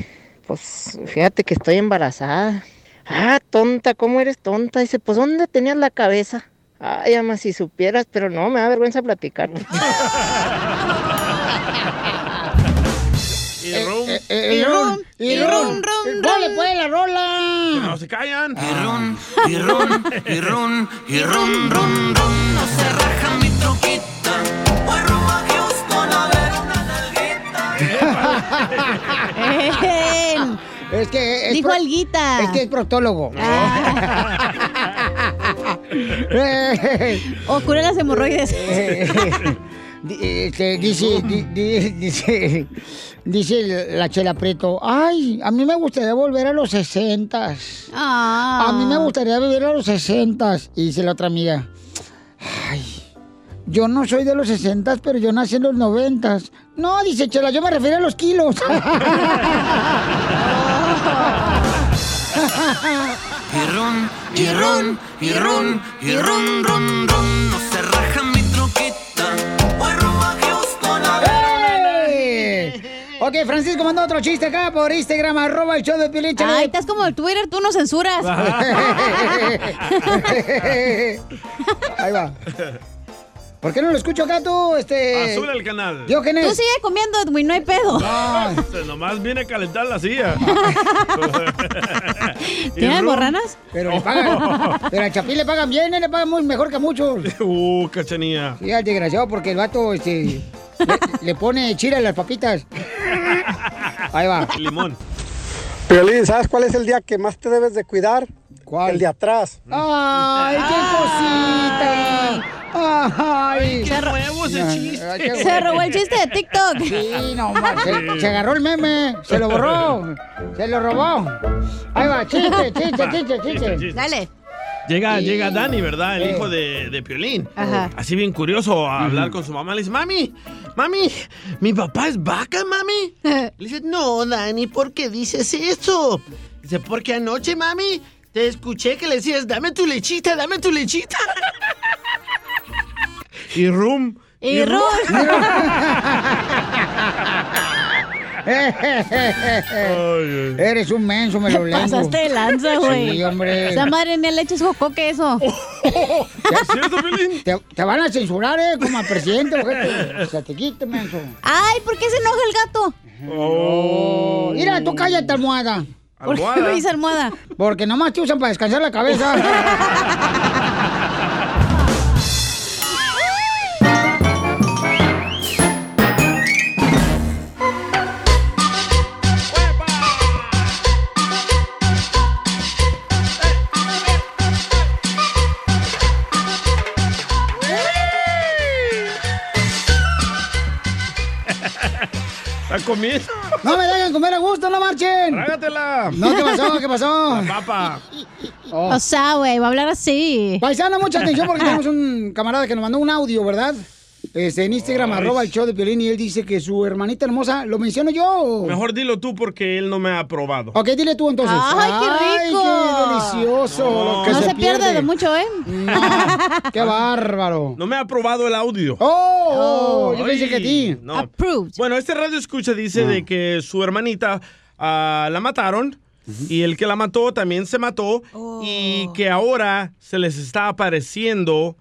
[SPEAKER 17] pues fíjate que estoy embarazada. Ah, tonta, ¿cómo eres tonta? Dice, pues ¿dónde tenías la cabeza? Ay, ama, si supieras, pero no, me da vergüenza platicar.
[SPEAKER 2] Y rum.
[SPEAKER 4] y
[SPEAKER 2] Eh, Y
[SPEAKER 4] rum,
[SPEAKER 2] rum.
[SPEAKER 4] y
[SPEAKER 2] Y rum. ¡Dale, pues, la rola!
[SPEAKER 3] No se callan.
[SPEAKER 4] Y ron, y ron, y ron, y ron, ron, ron. No se raja mi troquita. Voy rumbo a Houston a ver una nalguita.
[SPEAKER 2] Es que es
[SPEAKER 4] Dijo
[SPEAKER 2] alguita. Es que es proctólogo.
[SPEAKER 8] Ah. o cura las hemorroides.
[SPEAKER 2] Eh, Di- este, dice, di- di- dice, dice la Chela Preto, ay, a mí me gustaría volver a los sesentas.
[SPEAKER 8] Ah.
[SPEAKER 2] A mí me gustaría vivir a los sesentas. Y dice la otra amiga, ay, yo no soy de los sesentas, pero yo nací en los noventas. No, dice Chela, yo me refiero a los kilos.
[SPEAKER 4] Y ron, y ron, y ron, y ron, ron, ron. No se raja mi troquita. Voy rumbo a Houston a ver una nalguita.
[SPEAKER 2] ¡Ey! Ok, Francisco mandó otro chiste acá por Instagram, arroba el show de Piolín. échale.
[SPEAKER 8] Ay, estás como el Twitter, tú no censuras.
[SPEAKER 2] Ahí va. ¿Por qué no lo escucho acá tú, este...
[SPEAKER 3] Azul el canal.
[SPEAKER 8] Tú sigue comiendo, Edwin, no hay pedo.
[SPEAKER 3] Este, nomás viene a calentar la silla.
[SPEAKER 8] ¿Tiene almorranas?
[SPEAKER 2] Pero le pagan, pero al Chapín le pagan bien, ¿eh? le pagan muy mejor que a muchos.
[SPEAKER 3] Uh, cachanía.
[SPEAKER 2] Sí, al desgraciado, porque el vato, este... Le, le pone chile a las papitas. Ahí va.
[SPEAKER 3] Limón.
[SPEAKER 10] Piolín, ¿sabes cuál es el día que más te debes de cuidar?
[SPEAKER 2] ¿Cuál?
[SPEAKER 10] El de atrás.
[SPEAKER 2] ¡Ay, qué cosita! ¡Ay!
[SPEAKER 8] Se ro-
[SPEAKER 2] Ay, qué
[SPEAKER 8] Se
[SPEAKER 2] bueno.
[SPEAKER 8] robó el chiste de TikTok.
[SPEAKER 2] Sí, no más. Se, se agarró el meme, se lo borró, se lo robó. Ahí va, chiste, chiste,
[SPEAKER 3] Va,
[SPEAKER 2] chiste,
[SPEAKER 3] chiste,
[SPEAKER 2] chiste.
[SPEAKER 3] chiste.
[SPEAKER 8] Dale.
[SPEAKER 3] Llega,
[SPEAKER 2] Sí.
[SPEAKER 3] llega Dani, ¿verdad? El
[SPEAKER 2] Eh.
[SPEAKER 3] hijo de, de Piolín.
[SPEAKER 2] Ajá.
[SPEAKER 3] Así bien curioso a hablar con su mamá. Le dice, mami, mami, mi papá es vaca, mami. Le dice, no, Dani, ¿por qué dices eso? Dice, porque anoche, mami, te escuché que le decías, dame tu lechita, dame tu lechita. y rum.
[SPEAKER 8] Y Ruth.
[SPEAKER 2] Eres un menso, me
[SPEAKER 8] Te
[SPEAKER 2] lo lengo.
[SPEAKER 8] pasaste de lanza, güey.
[SPEAKER 2] Sí, hombre.
[SPEAKER 8] Esa madre ni leche es jocoque eso.
[SPEAKER 2] Oh. Te, te van a censurar, ¿eh? Como al presidente, ojete. O sea, te quite, menso.
[SPEAKER 8] Ay, ¿por qué se enoja el gato?
[SPEAKER 3] Oh.
[SPEAKER 2] Oh, Mira, tú cállate, almohada.
[SPEAKER 8] ¿Por qué Almohada. me dice almohada?
[SPEAKER 2] Porque nomás te usan para descansar la cabeza.
[SPEAKER 3] ¿La comiendo?
[SPEAKER 2] No me dejen comer a gusto, no marchen.
[SPEAKER 3] Trágatela.
[SPEAKER 2] No, ¿qué pasó? ¿Qué pasó?
[SPEAKER 3] La papa.
[SPEAKER 2] Oh.
[SPEAKER 8] O sea, güey, va a hablar así.
[SPEAKER 2] Paisano, mucha atención porque tenemos un camarada que nos mandó un audio, ¿verdad? Este, en Instagram,
[SPEAKER 3] Ay.
[SPEAKER 2] arroba el show de Piolín, y él dice que su hermanita hermosa, ¿lo menciono yo? o?
[SPEAKER 3] Mejor dilo tú porque él no me ha aprobado.
[SPEAKER 2] Ok, dile tú entonces.
[SPEAKER 8] Ay, qué rico.
[SPEAKER 2] Ay, qué delicioso.
[SPEAKER 3] No.
[SPEAKER 2] lo que
[SPEAKER 3] No
[SPEAKER 2] se,
[SPEAKER 3] se
[SPEAKER 8] Pierde de mucho, ¿eh?
[SPEAKER 2] Qué bárbaro.
[SPEAKER 3] No me ha aprobado el audio.
[SPEAKER 2] ¡Oh! yo pensé que a ti. Mm.
[SPEAKER 3] No. Bueno, este radio escucha dice de que su hermanita ah, la mataron y el que la mató también se mató y que ahora se les está apareciendo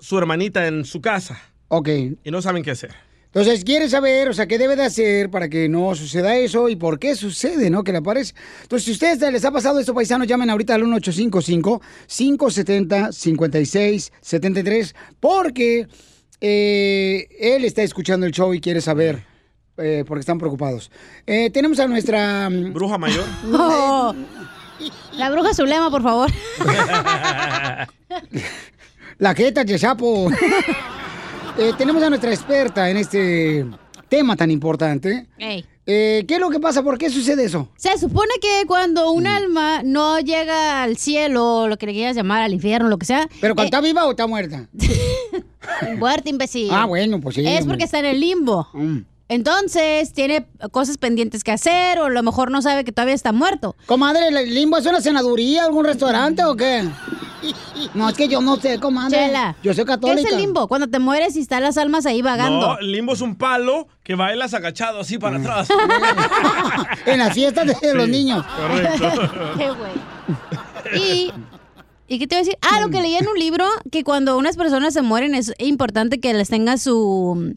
[SPEAKER 3] su hermanita en su casa.
[SPEAKER 2] Ok.
[SPEAKER 3] Y no saben qué hacer.
[SPEAKER 2] Entonces, quiere saber, o sea, qué debe de hacer para que no suceda eso y por qué sucede, ¿no? Que le aparece. Entonces, si a ustedes les ha pasado esto, paisanos, llamen ahorita al 1855-570-5673 porque eh, él está escuchando el show y quiere saber eh, porque están preocupados. Eh, tenemos a nuestra... mm,
[SPEAKER 3] Bruja mayor.
[SPEAKER 8] Oh. La bruja Zulema, por favor.
[SPEAKER 2] La jeta, Yesapo. Eh, tenemos a nuestra experta en este tema tan importante.
[SPEAKER 8] Ey.
[SPEAKER 2] Eh, ¿Qué es lo que pasa? ¿Por qué sucede eso?
[SPEAKER 8] Se supone que cuando
[SPEAKER 2] Mm.
[SPEAKER 8] un alma no llega al cielo, o lo que le quieras llamar, al infierno, lo que sea.
[SPEAKER 2] ¿Pero cuando
[SPEAKER 8] eh,
[SPEAKER 2] está viva o está muerta?
[SPEAKER 8] Muerte, imbécil.
[SPEAKER 2] Ah, bueno, pues sí.
[SPEAKER 8] Es porque está en el limbo. Entonces, tiene cosas pendientes que hacer, o a lo mejor no sabe que todavía está muerto.
[SPEAKER 2] Comadre, ¿el limbo es una cenaduría, algún restaurante o qué? No, es que yo no sé, comadre.
[SPEAKER 8] Chela.
[SPEAKER 2] Yo soy católica.
[SPEAKER 8] ¿Qué es el limbo? Cuando te mueres y están las almas ahí vagando.
[SPEAKER 3] No, el limbo es un palo que bailas agachado así
[SPEAKER 2] Mm.
[SPEAKER 3] para atrás.
[SPEAKER 2] En las fiestas de los niños.
[SPEAKER 8] Qué güey. Y, ¿y qué te iba a decir? Ah, lo que leí en un libro, que cuando unas personas se mueren es importante que les tenga su,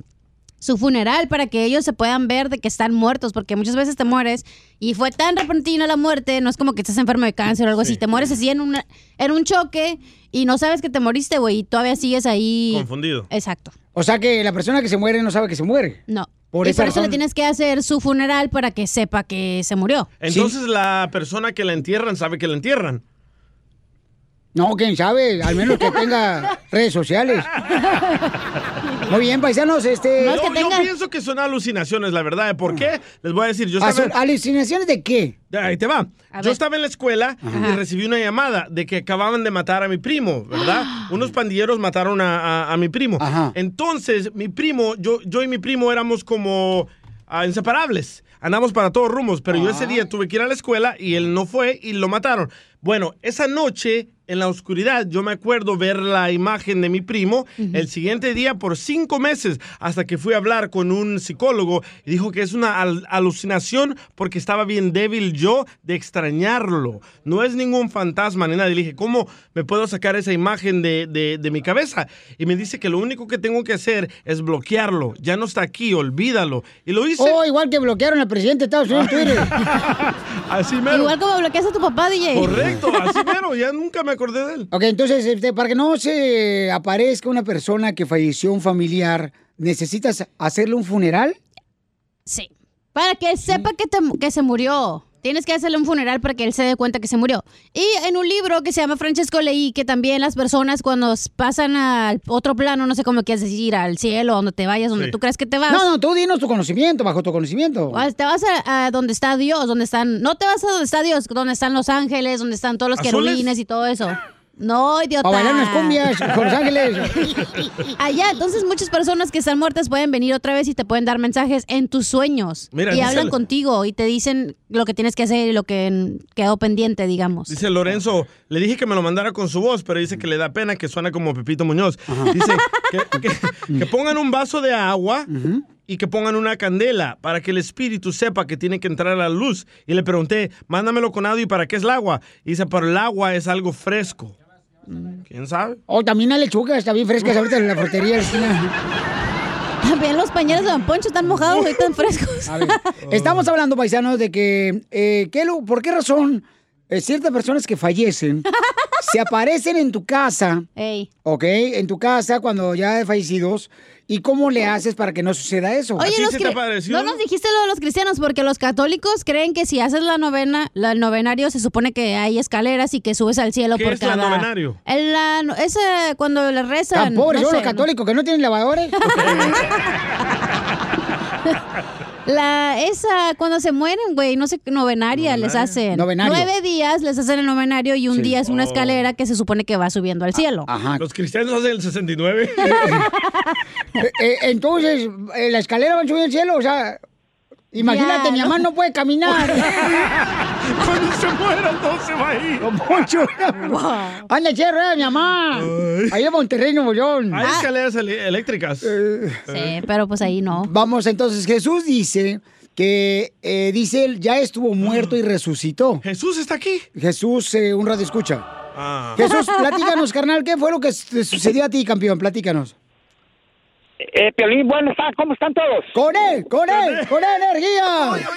[SPEAKER 8] su funeral para que ellos se puedan ver de que están muertos, porque muchas veces te mueres y fue tan repentina la muerte, no es como que estás enfermo de cáncer o algo así, te mueres así en, una, en un choque y no sabes que te moriste, güey, y todavía sigues ahí.
[SPEAKER 3] Confundido.
[SPEAKER 8] Exacto.
[SPEAKER 2] O sea que la persona que se muere no sabe que se muere.
[SPEAKER 8] No.
[SPEAKER 2] Por
[SPEAKER 8] y
[SPEAKER 2] esa
[SPEAKER 8] por eso le
[SPEAKER 2] razón.
[SPEAKER 8] tienes que hacer su funeral para que sepa que se murió.
[SPEAKER 3] Entonces la persona que la entierran sabe que la entierran.
[SPEAKER 2] No, quién sabe, al menos que tenga redes sociales. Muy bien, paisanos, este...
[SPEAKER 3] yo, yo pienso que son alucinaciones, la verdad. ¿eh? ¿Por qué? Les voy a decir, yo
[SPEAKER 2] Ah,
[SPEAKER 3] estaba...
[SPEAKER 2] son ¿Alucinaciones de qué?
[SPEAKER 3] Ahí te va. Yo estaba en la escuela y recibí una llamada de que acababan de matar a mi primo, ¿verdad? Unos pandilleros mataron a, a- a mi primo. Entonces, mi primo, yo, yo y mi primo éramos como ah, inseparables. Andamos para todos rumos, pero yo ese día tuve que ir a la escuela y él no fue y lo mataron. Bueno, esa noche en la oscuridad. Yo me acuerdo ver la imagen de mi primo el siguiente día por cinco meses hasta que fui a hablar con un psicólogo y dijo que es una al- alucinación porque estaba bien débil yo de extrañarlo. No es ningún fantasma ni nada. Y le dije, ¿cómo me puedo sacar esa imagen de, de- de mi cabeza? Y me dice que lo único que tengo que hacer es bloquearlo. Ya no está aquí, olvídalo. Y lo hice.
[SPEAKER 2] Oh, igual que bloquearon al presidente de Estados Unidos en
[SPEAKER 3] Ah,
[SPEAKER 2] Twitter.
[SPEAKER 3] Así mero.
[SPEAKER 8] Igual como bloqueas a tu papá, DJ.
[SPEAKER 3] Correcto, así mero. Ya nunca me acordé de él.
[SPEAKER 2] Ok, entonces, este, para que no se aparezca una persona que falleció un familiar, ¿necesitas hacerle un funeral?
[SPEAKER 8] Sí. Para que sepa que, te- que se murió. Tienes que hacerle un funeral para que él se dé cuenta que se murió. Y en un libro que se llama Francesco leí que también las personas cuando s- pasan al otro plano, no sé cómo quieres decir, al cielo, donde te vayas, donde
[SPEAKER 2] Sí.
[SPEAKER 8] tú crees que te vas.
[SPEAKER 2] No, no, tú dinos tu conocimiento, bajo tu conocimiento.
[SPEAKER 8] Pues Te vas a, a donde está Dios, donde están. No te vas a donde está Dios, donde están los ángeles, donde están todos los
[SPEAKER 2] ¿Azules?
[SPEAKER 8] querubines y todo eso. No, idiota.
[SPEAKER 2] Para bailar unas cumbias con los ángeles.
[SPEAKER 8] Allá, Ah, entonces muchas personas que están muertas pueden venir otra vez y te pueden dar mensajes en tus sueños.
[SPEAKER 3] Mira,
[SPEAKER 8] y
[SPEAKER 3] dice
[SPEAKER 8] hablan
[SPEAKER 3] la-
[SPEAKER 8] contigo y te dicen lo que tienes que hacer y lo que mm, quedó pendiente, digamos.
[SPEAKER 3] Dice Lorenzo, le dije que me lo mandara con su voz, pero dice que le da pena que suena como Pepito Muñoz. Dice que, que- que pongan un vaso de agua y que pongan una candela para que el espíritu sepa que tiene que entrar a la luz. Y le pregunté, mándamelo con audio y para qué es el agua. Y dice, pero el agua es algo fresco. ¿Quién sabe?
[SPEAKER 2] O Oh, también la lechuga, está bien fresca ahorita en la frutería.
[SPEAKER 8] También los pañales de Don Poncho están mojados y tan frescos.
[SPEAKER 2] Estamos hablando, paisanos, de que, eh, ¿qué lu- ¿por qué razón eh, ciertas personas que fallecen se aparecen en tu casa?
[SPEAKER 8] Ey.
[SPEAKER 2] ¿Ok? En tu casa cuando ya de fallecidos. ¿Y cómo le haces para que no suceda eso?
[SPEAKER 8] Oye, los cri- no nos dijiste lo de los cristianos porque los católicos creen que si haces la novena, la- el novenario se supone que hay escaleras y que subes al cielo
[SPEAKER 2] ¿Qué
[SPEAKER 8] por
[SPEAKER 2] es la
[SPEAKER 8] cada.
[SPEAKER 2] novenario?
[SPEAKER 8] El- la no- es eh, cuando le rezan.
[SPEAKER 2] Tan pobres
[SPEAKER 8] no
[SPEAKER 2] son Ah, los
[SPEAKER 8] sé, ¿no?
[SPEAKER 2] católicos que no tienen lavadores.
[SPEAKER 8] La, esa, cuando se mueren, güey, no sé, novenaria les hacen.
[SPEAKER 2] Novenario.
[SPEAKER 8] Nueve días les hacen el novenario y un
[SPEAKER 3] Sí.
[SPEAKER 8] día es una
[SPEAKER 3] Oh.
[SPEAKER 8] escalera que se supone que va subiendo
[SPEAKER 2] Ah,
[SPEAKER 8] al cielo.
[SPEAKER 3] Los cristianos hacen el 69.
[SPEAKER 2] Eh, eh, entonces, eh, la escalera va a subir al cielo, o sea, imagínate,
[SPEAKER 4] Ya,
[SPEAKER 2] mi
[SPEAKER 4] ¿no?
[SPEAKER 2] mamá no puede caminar.
[SPEAKER 3] Cuando se muera, no se va a ir.
[SPEAKER 2] Poncho. Anda, el cerro, eh, mi mamá. Ahí en Monterrey, Nuevo León. Eh.
[SPEAKER 3] Hay escaleras ele- eléctricas.
[SPEAKER 8] Ah. Sí, pero pues ahí no.
[SPEAKER 2] Vamos, entonces, Jesús dice que, eh, dice él, ya estuvo muerto y resucitó.
[SPEAKER 3] Jesús está aquí.
[SPEAKER 2] Jesús, eh, un radio escucha.
[SPEAKER 3] Ah.
[SPEAKER 2] Jesús, platícanos, carnal, ¿qué fue lo que te sucedió a ti, campeón? Platícanos.
[SPEAKER 18] Eh, Piolín, bueno, está, ¿cómo están todos?
[SPEAKER 2] ¡Con él, con él, con energía!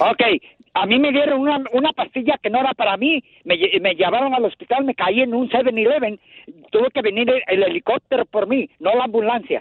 [SPEAKER 18] Ok, a mí me dieron una, una pastilla que no era para mí, me, lle- me llevaron al hospital, me caí en un 7-Eleven, tuvo que venir el, el helicóptero por mí, no la ambulancia.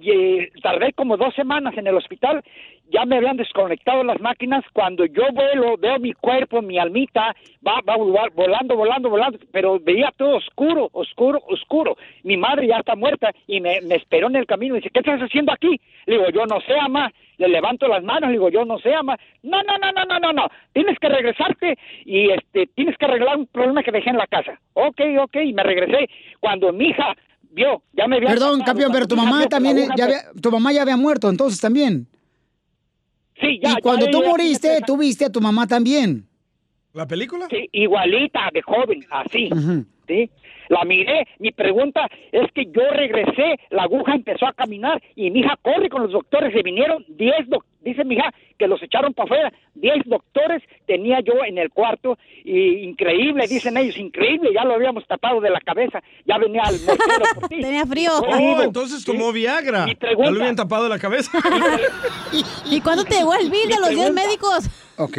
[SPEAKER 18] Y, eh, tardé como dos semanas en el hospital, ya me habían desconectado las máquinas, cuando yo vuelo, veo mi cuerpo, mi almita, va, va volar- volando, volando, volando, pero veía todo oscuro, oscuro, oscuro. Mi madre ya está muerta y me, me esperó en el camino, dice, ¿qué estás haciendo aquí? Le digo, yo no sé, mamá. Le levanto las manos, le digo, yo no sé, ama. No, no, no, no, no, no, no. Tienes que regresarte y este, tienes que arreglar un problema que dejé en la casa. Ok, ok, y me regresé. Cuando mi hija vio, ya me había...
[SPEAKER 2] Perdón, campeón, pero tu mamá también, eh, ya había- tu mamá ya había muerto, entonces también.
[SPEAKER 18] Sí,
[SPEAKER 2] Y cuando
[SPEAKER 18] ya,
[SPEAKER 2] tú
[SPEAKER 18] ya, ya,
[SPEAKER 2] moriste, tú viste a tu mamá también.
[SPEAKER 3] ¿La película?
[SPEAKER 18] Sí, igualita, de joven, así. ¿sí? La miré. Mi pregunta es que yo regresé, la aguja empezó a caminar y mi hija corre con los doctores. Se vinieron 10 doc- Dice mi hija que los echaron para afuera. 10 doctores tenía yo en el cuarto. Y increíble, dicen ellos, increíble. Ya lo habíamos tapado de la cabeza. Ya venía al mortero por ti.
[SPEAKER 8] Tenía frío.
[SPEAKER 3] Oh, entonces tomó Viagra. Ya
[SPEAKER 18] pregunta.
[SPEAKER 3] le habían tapado la cabeza.
[SPEAKER 8] ¿Y cuándo te llegó el bill de los 10 médicos?
[SPEAKER 2] Ok.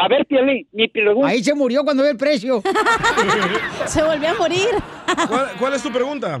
[SPEAKER 18] A ver, Piolín, mi pregunta.
[SPEAKER 2] Ahí se murió cuando ve el precio.
[SPEAKER 8] se volvió a morir.
[SPEAKER 3] ¿Cuál, cuál es tu pregunta?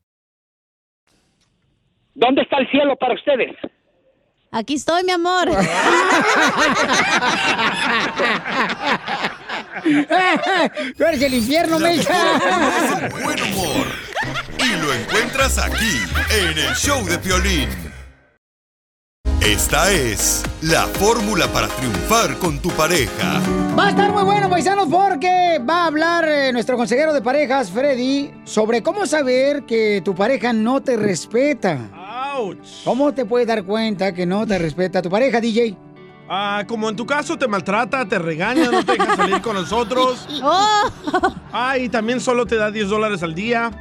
[SPEAKER 18] ¿Dónde está el cielo para ustedes?
[SPEAKER 8] Aquí estoy, mi amor.
[SPEAKER 2] ¡Tú eres el infierno, Mecha!
[SPEAKER 6] Buen humor. Y lo encuentras aquí, en el show de Piolín. Esta es la fórmula para triunfar con tu pareja.
[SPEAKER 2] Va a estar muy bueno, paisanos, porque va a hablar eh, nuestro consejero de parejas, Freddy, sobre cómo saber que tu pareja no te respeta. ¿Cómo te puedes dar cuenta que no te respeta tu pareja, DJ?
[SPEAKER 3] Ah, como en tu caso te maltrata, te regaña, no te deja salir con nosotros.
[SPEAKER 2] Oh.
[SPEAKER 3] Ah, y también solo te da 10 dólares al día.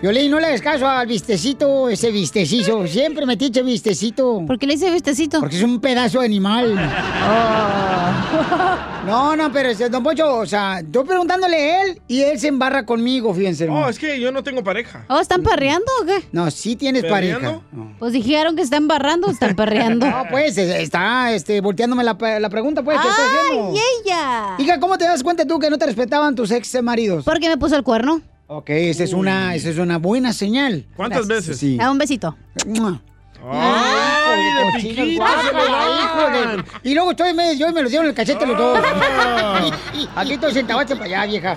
[SPEAKER 2] Violín, no le hagas caso al vistecito, ese vistecito. Siempre me tiche vistecito. ¿Por
[SPEAKER 8] qué le dice vistecito?
[SPEAKER 2] Porque es un pedazo de animal.
[SPEAKER 8] Oh.
[SPEAKER 2] No, no, pero este, don Pocho, o sea, yo preguntándole a él y él se embarra conmigo, fíjense.
[SPEAKER 3] Oh, es que yo no tengo pareja.
[SPEAKER 8] ¿Oh, están parreando o qué?
[SPEAKER 2] No, sí tienes
[SPEAKER 3] ¿Perreando?
[SPEAKER 2] pareja.
[SPEAKER 8] Pues dijeron que están barrando, están parreando.
[SPEAKER 2] No, pues eh, está este, volteándome la, pe- la pregunta, pues, que estoy haciendo.
[SPEAKER 8] ¡Ay, ella!
[SPEAKER 2] Diga, ¿cómo te das cuenta tú que no te respetaban tus ex maridos?
[SPEAKER 8] Porque me puso el cuerno.
[SPEAKER 2] Ok, esa es una, esa es una buena señal.
[SPEAKER 8] ¿Cuántas
[SPEAKER 3] veces?
[SPEAKER 2] Sí.
[SPEAKER 8] Da un besito.
[SPEAKER 2] Ay,
[SPEAKER 3] de
[SPEAKER 2] cochino,
[SPEAKER 3] piquito
[SPEAKER 2] guácala,
[SPEAKER 3] se lo
[SPEAKER 2] hijo de- Y luego estoy medio, yo y me los dieron en el cachete los dos. Aquí estoy sentado, hazte para allá, vieja.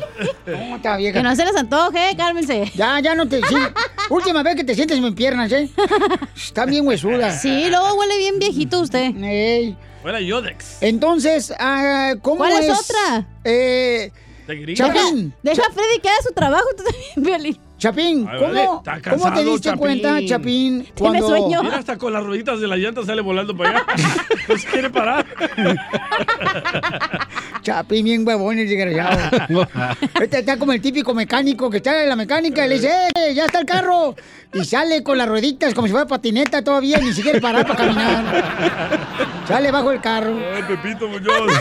[SPEAKER 2] ¿Cómo está, vieja?
[SPEAKER 8] Que no se les antoje, cálmense.
[SPEAKER 2] Ya, ya no te... sí. Última vez que te sientes en mis piernas, ¿eh? Está bien huesuda.
[SPEAKER 8] Sí, luego huele bien viejito usted.
[SPEAKER 2] Ey.
[SPEAKER 3] Fuera Yodex.
[SPEAKER 2] Entonces, ah, ¿cómo
[SPEAKER 8] ¿Cuál es
[SPEAKER 2] es?
[SPEAKER 8] otra?
[SPEAKER 2] Eh,
[SPEAKER 3] Te grita.
[SPEAKER 2] Chapín.
[SPEAKER 8] Deja
[SPEAKER 2] Cha-
[SPEAKER 8] a Freddy que haga su trabajo, tú también, Violín.
[SPEAKER 2] Chapín,
[SPEAKER 3] Ay, vale,
[SPEAKER 2] ¿cómo,
[SPEAKER 3] está
[SPEAKER 2] ¿cómo te
[SPEAKER 3] cansado,
[SPEAKER 2] diste
[SPEAKER 3] Chapín.
[SPEAKER 2] cuenta, Chapín, cuando...
[SPEAKER 3] Mira, hasta con las rueditas de la llanta sale volando para allá. No se quiere parar.
[SPEAKER 2] Chapín, bien huevón el desgraciado. Este está como el típico mecánico que está en la mecánica y le dice, "Eh, ya está el carro. Y sale con las rueditas como si fuera patineta todavía, ni siquiera parar para caminar. Sale bajo el carro.
[SPEAKER 3] Ay, Pepito Muñoz.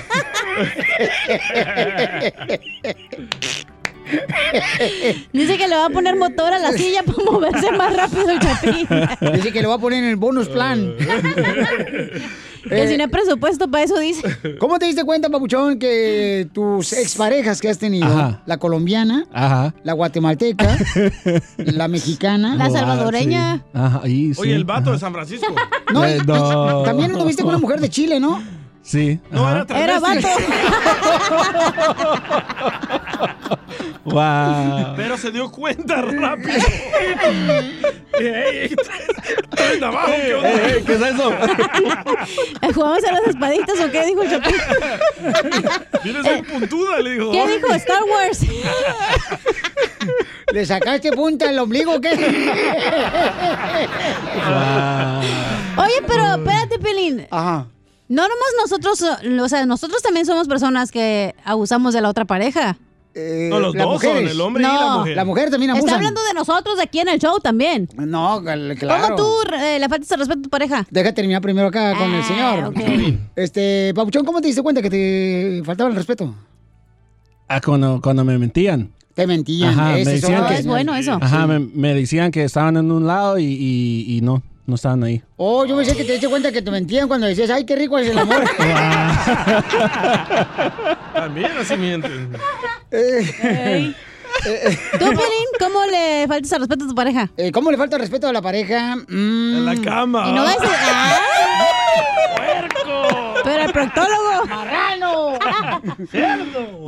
[SPEAKER 8] Dice que le va a poner motor a la silla para moverse más rápido el chapín.
[SPEAKER 2] Dice que lo va a poner en el bonus plan. Eh,
[SPEAKER 8] Que si no hay presupuesto para eso, dice.
[SPEAKER 2] ¿Cómo te diste cuenta, Papuchón, que tus exparejas que has tenido,
[SPEAKER 19] Ajá.
[SPEAKER 2] la colombiana,
[SPEAKER 19] Ajá.
[SPEAKER 2] la guatemalteca, la mexicana,
[SPEAKER 19] Ah, sí. Ajá, ahí sí.
[SPEAKER 3] Oye, el vato de San Francisco.
[SPEAKER 2] No,
[SPEAKER 19] Eh,
[SPEAKER 2] y-
[SPEAKER 19] no.
[SPEAKER 2] y también anduviste con una mujer de Chile, ¿no?
[SPEAKER 19] Sí.
[SPEAKER 3] No,
[SPEAKER 19] ajá.
[SPEAKER 3] era travesti.
[SPEAKER 19] Guau.
[SPEAKER 3] Pero se dio cuenta rápido. Ey, ey, ey, de abajo, ¿qué onda?
[SPEAKER 19] ¿Qué es eso?
[SPEAKER 8] ¿Jugamos a las espaditas o qué dijo el chapín?
[SPEAKER 3] Vienes bien puntuda, le dijo.
[SPEAKER 8] ¿Qué dijo? Star Wars.
[SPEAKER 2] ¿Le sacaste punta al ombligo o qué?
[SPEAKER 8] Ah. Oye, pero espérate, Pelín.
[SPEAKER 2] Ajá.
[SPEAKER 8] No nomás nosotros, o sea, nosotros también somos personas que abusamos de la otra pareja.
[SPEAKER 3] No, los
[SPEAKER 2] Eh, las
[SPEAKER 3] dos son, el hombre y la mujer.
[SPEAKER 2] La mujer también
[SPEAKER 8] Está
[SPEAKER 2] abusa.
[SPEAKER 8] hablando de nosotros de aquí en el show también.
[SPEAKER 2] No, cal- claro.
[SPEAKER 8] ¿Cómo tú eh, le faltas el respeto a tu pareja?
[SPEAKER 2] Deja terminar primero acá con el
[SPEAKER 8] Ah,
[SPEAKER 2] señor.
[SPEAKER 8] ok.
[SPEAKER 2] Este, Papuchón, ¿cómo te diste cuenta que te faltaba el respeto?
[SPEAKER 19] Ah, cuando, cuando me mentían.
[SPEAKER 2] Te mentían.
[SPEAKER 19] Ajá,
[SPEAKER 2] Ese
[SPEAKER 19] me
[SPEAKER 2] es
[SPEAKER 19] decían
[SPEAKER 2] otro
[SPEAKER 19] que,
[SPEAKER 2] señal.
[SPEAKER 19] Ajá, me, me decían que estaban en un lado y, y- y no, no estaban ahí.
[SPEAKER 2] Oh, yo pensé que te diste cuenta que te mentían cuando decías, ay, qué rico es el amor.
[SPEAKER 3] También así mienten.
[SPEAKER 2] Eh,
[SPEAKER 8] ¿Tú, Pelín, cómo le faltas el respeto a tu pareja?
[SPEAKER 2] eh, ¿Cómo le falta el respeto a la pareja? Mm. En
[SPEAKER 3] la cama.
[SPEAKER 8] Y no ves- Pero "Ah". el proctólogo.
[SPEAKER 2] ¡Marrano!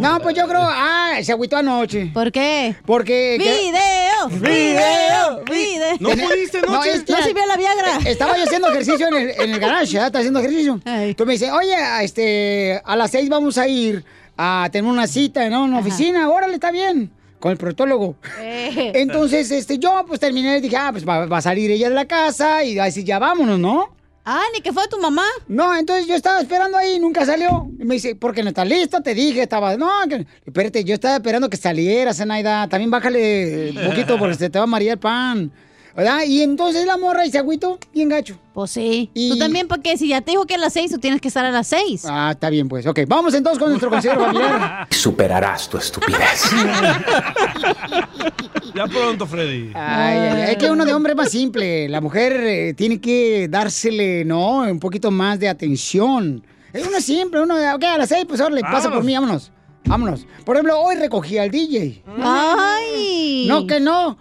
[SPEAKER 2] No, pues yo creo, ah, se agüitó anoche.
[SPEAKER 8] ¿Por qué?
[SPEAKER 2] Porque...
[SPEAKER 8] ¡Video!
[SPEAKER 2] ¡Video!
[SPEAKER 8] ¡Video!
[SPEAKER 2] No pudiste
[SPEAKER 8] No,
[SPEAKER 2] anoche.
[SPEAKER 8] no sirvió la Viagra.
[SPEAKER 2] eh, Estaba yo haciendo ejercicio en el, en el garage, ¿ah? Estaba haciendo ejercicio. Entonces me dice, oye, a este, a las seis vamos a ir a tener una cita, ¿no? En una oficina, órale, está bien. Con el protólogo.
[SPEAKER 8] Eh.
[SPEAKER 2] Entonces, este, yo pues terminé y dije, ah, pues va, va a salir ella de la casa y así ya vámonos, ¿no?
[SPEAKER 8] Ah, ni que fue tu mamá.
[SPEAKER 2] No, entonces yo estaba esperando ahí, nunca salió. Y me dice, porque no está lista, te dije, estaba. No, que- espérate, yo estaba esperando que salieras, Zenaida. También bájale un poquito porque se te va a marear el pan. ¿Verdad? Y entonces la morra y se agüito bien gacho.
[SPEAKER 8] Pues sí. Tú también, porque si ya te dijo que a las seis, tú tienes que estar a las seis.
[SPEAKER 2] Ah, está bien, pues. Ok, vamos entonces con nuestro consejero familiar.
[SPEAKER 5] Superarás tu estupidez.
[SPEAKER 3] Ya pronto, Freddy.
[SPEAKER 2] Ay, ay, ay. Es que uno de hombre es más simple. La mujer eh, tiene que dársele, ¿no? Un poquito más de atención. Es uno simple, uno de, ok, a las seis, pues ahora le pasa por mí, vámonos. Vámonos. Por ejemplo, hoy recogí al DJ.
[SPEAKER 8] ¡Ay!
[SPEAKER 2] No, que no.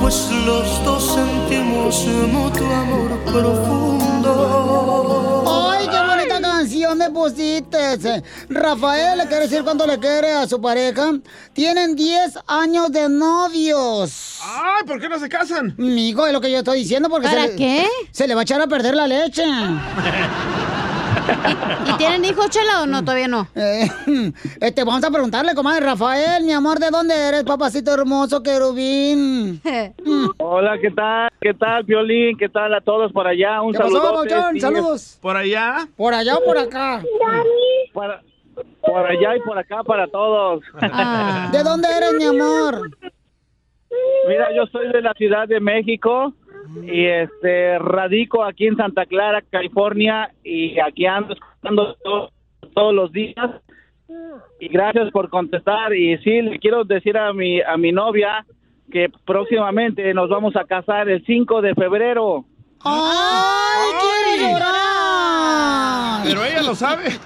[SPEAKER 4] pues los dos sentimos mutuo amor profundo.
[SPEAKER 2] Ay, qué bonita canción me pusiste. Rafael le quiere decir cuánto le quiere a su pareja. Tienen 10 años de novios.
[SPEAKER 3] Ay, ¿por qué no se casan?
[SPEAKER 2] Migo, es lo que yo estoy diciendo porque
[SPEAKER 3] ¿Para
[SPEAKER 2] se, le-
[SPEAKER 3] qué?
[SPEAKER 2] se le va a echar a perder la leche.
[SPEAKER 8] ¿Y tienen hijos, Chela, o no? Todavía no.
[SPEAKER 2] Este, vamos a preguntarle, comadre Rafael, mi amor, ¿de dónde eres, papacito hermoso, querubín? Mm,
[SPEAKER 20] Hola, ¿qué tal? ¿Qué tal, Violín? ¿Qué tal a todos por allá? Un
[SPEAKER 2] ¿Qué pasó,
[SPEAKER 20] saludo.
[SPEAKER 2] Papuchón? Saludos.
[SPEAKER 3] ¿Por allá?
[SPEAKER 2] ¿Por allá o por acá?
[SPEAKER 20] Para, por allá y por acá para todos.
[SPEAKER 2] Ah. ¿De dónde eres, mi amor?
[SPEAKER 20] Mira, yo soy de la Ciudad de México y este radico aquí en Santa Clara, California y aquí ando escuchando to- todos los días. Y gracias por contestar y sí le quiero decir a mi a mi novia que próximamente nos vamos a casar el 5 de febrero.
[SPEAKER 2] ¡Ay, quiero llorar!
[SPEAKER 3] Pero ella lo sabe.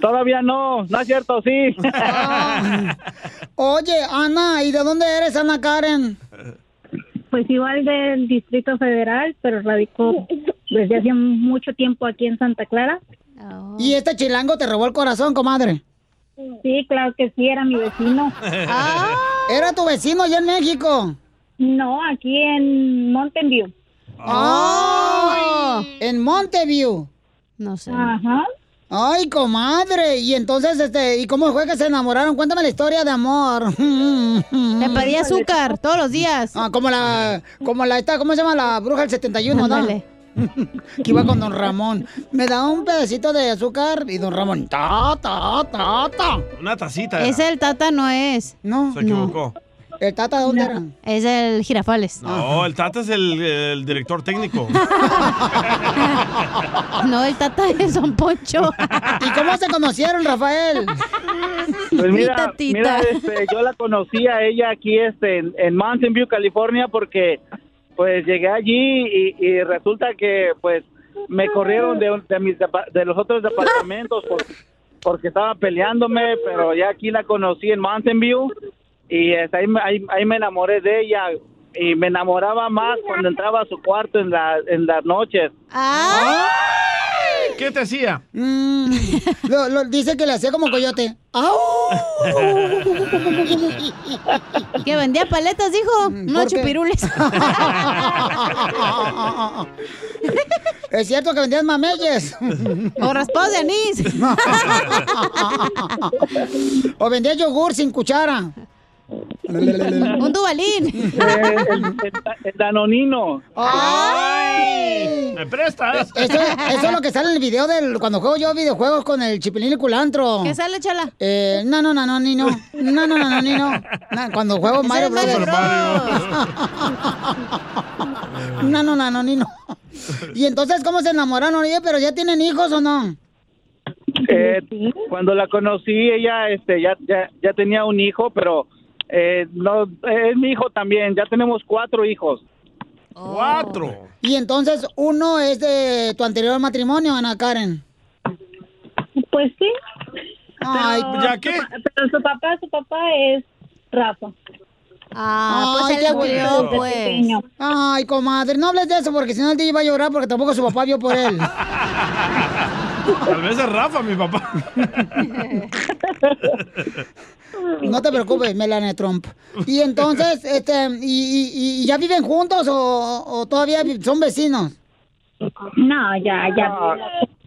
[SPEAKER 20] Todavía no, no es cierto, sí.
[SPEAKER 3] Ah.
[SPEAKER 2] Oye, Ana, ¿y de dónde eres, Ana Karen?
[SPEAKER 11] Pues igual del Distrito Federal, pero radicó desde hace mucho tiempo aquí en Santa Clara.
[SPEAKER 8] Oh.
[SPEAKER 2] ¿Y este chilango te robó el corazón, comadre?
[SPEAKER 11] Sí, claro que sí, era mi vecino.
[SPEAKER 2] Ah. ¿Era tu vecino allá en México?
[SPEAKER 11] No, aquí en Mountain View.
[SPEAKER 2] ¡Oh! En Monteview.
[SPEAKER 8] No sé.
[SPEAKER 11] Ajá.
[SPEAKER 2] Ay, comadre. Y entonces, este, ¿y cómo fue que se enamoraron? Cuéntame la historia de amor. Te
[SPEAKER 8] pedía azúcar todos los días.
[SPEAKER 2] Ah, como la, como la, esta, ¿cómo se llama? La bruja del 71, ¿no?
[SPEAKER 8] Ándale.
[SPEAKER 2] que iba con don Ramón. Me da un pedacito de azúcar y don Ramón, ta, ta, ta, ta.
[SPEAKER 3] Una tacita.
[SPEAKER 8] Ese el Tata no es.
[SPEAKER 2] No.
[SPEAKER 3] Se equivocó.
[SPEAKER 2] ¿El Tata dónde era?
[SPEAKER 8] Es el Girafales.
[SPEAKER 3] No, el Tata es el, el director técnico.
[SPEAKER 8] No, el Tata es Don Poncho.
[SPEAKER 2] ¿Y cómo se conocieron, Rafael?
[SPEAKER 20] Pues mira, mira, este, yo la conocí a ella aquí este, en, en Mountain View, California, porque pues llegué allí y, y resulta que pues me corrieron de, un- de mis depa- de los otros departamentos por- porque estaba peleándome, pero ya aquí la conocí en Mountain View y este, ahí, me- ahí, ahí me enamoré de ella y me enamoraba más cuando entraba a su cuarto en, la, en las noches.
[SPEAKER 3] ¿Qué te hacía?
[SPEAKER 2] Mm, lo- lo- dice que le hacía como coyote. ¡Au!
[SPEAKER 8] Que vendía paletas, dijo. No
[SPEAKER 2] Mm, qué?
[SPEAKER 8] chupirules.
[SPEAKER 2] Es cierto que vendían mameyes.
[SPEAKER 8] O raspados de anís.
[SPEAKER 2] o vendía yogur sin cuchara.
[SPEAKER 8] Un dubalín.
[SPEAKER 20] El Danonino.
[SPEAKER 2] ¡Ay!
[SPEAKER 3] ¿Me prestas?
[SPEAKER 2] Eso, eso es lo que sale en el video del cuando juego yo videojuegos con el chipilín y culantro.
[SPEAKER 8] ¿Qué sale, chala?
[SPEAKER 2] Eh, no, no, no, no, ni no. No, no, no, no, ni no. Na- cuando juego
[SPEAKER 8] Ese
[SPEAKER 2] Mario
[SPEAKER 8] es Mario
[SPEAKER 2] Brothers. no, no, no, no, ni no. Y entonces, ¿cómo se enamoraron? Oye, pero ¿ya tienen hijos o no?
[SPEAKER 20] Eh, cuando la conocí, ella este, ya, ya, ya tenía un hijo, pero eh, no, es mi hijo también. Ya tenemos cuatro hijos.
[SPEAKER 3] Cuatro.
[SPEAKER 2] Y entonces, uno es de tu anterior matrimonio, Ana Karen.
[SPEAKER 11] Pues sí.
[SPEAKER 2] Ay, pues,
[SPEAKER 11] Pero su pa- Pero su papá, su papá es Rafa.
[SPEAKER 8] Ah, pues él
[SPEAKER 2] qué
[SPEAKER 8] lo crió,
[SPEAKER 2] bonito.
[SPEAKER 8] pues. Pequeño.
[SPEAKER 2] Ay, comadre, no hables de eso porque si no el DJ va a llorar porque tampoco su papá vio por él.
[SPEAKER 3] Tal vez es Rafa, mi papá.
[SPEAKER 2] No te preocupes, Melania Trump. Y entonces, este, y, y- y ya viven juntos o, o todavía vi- son vecinos?
[SPEAKER 11] No, ya, ya.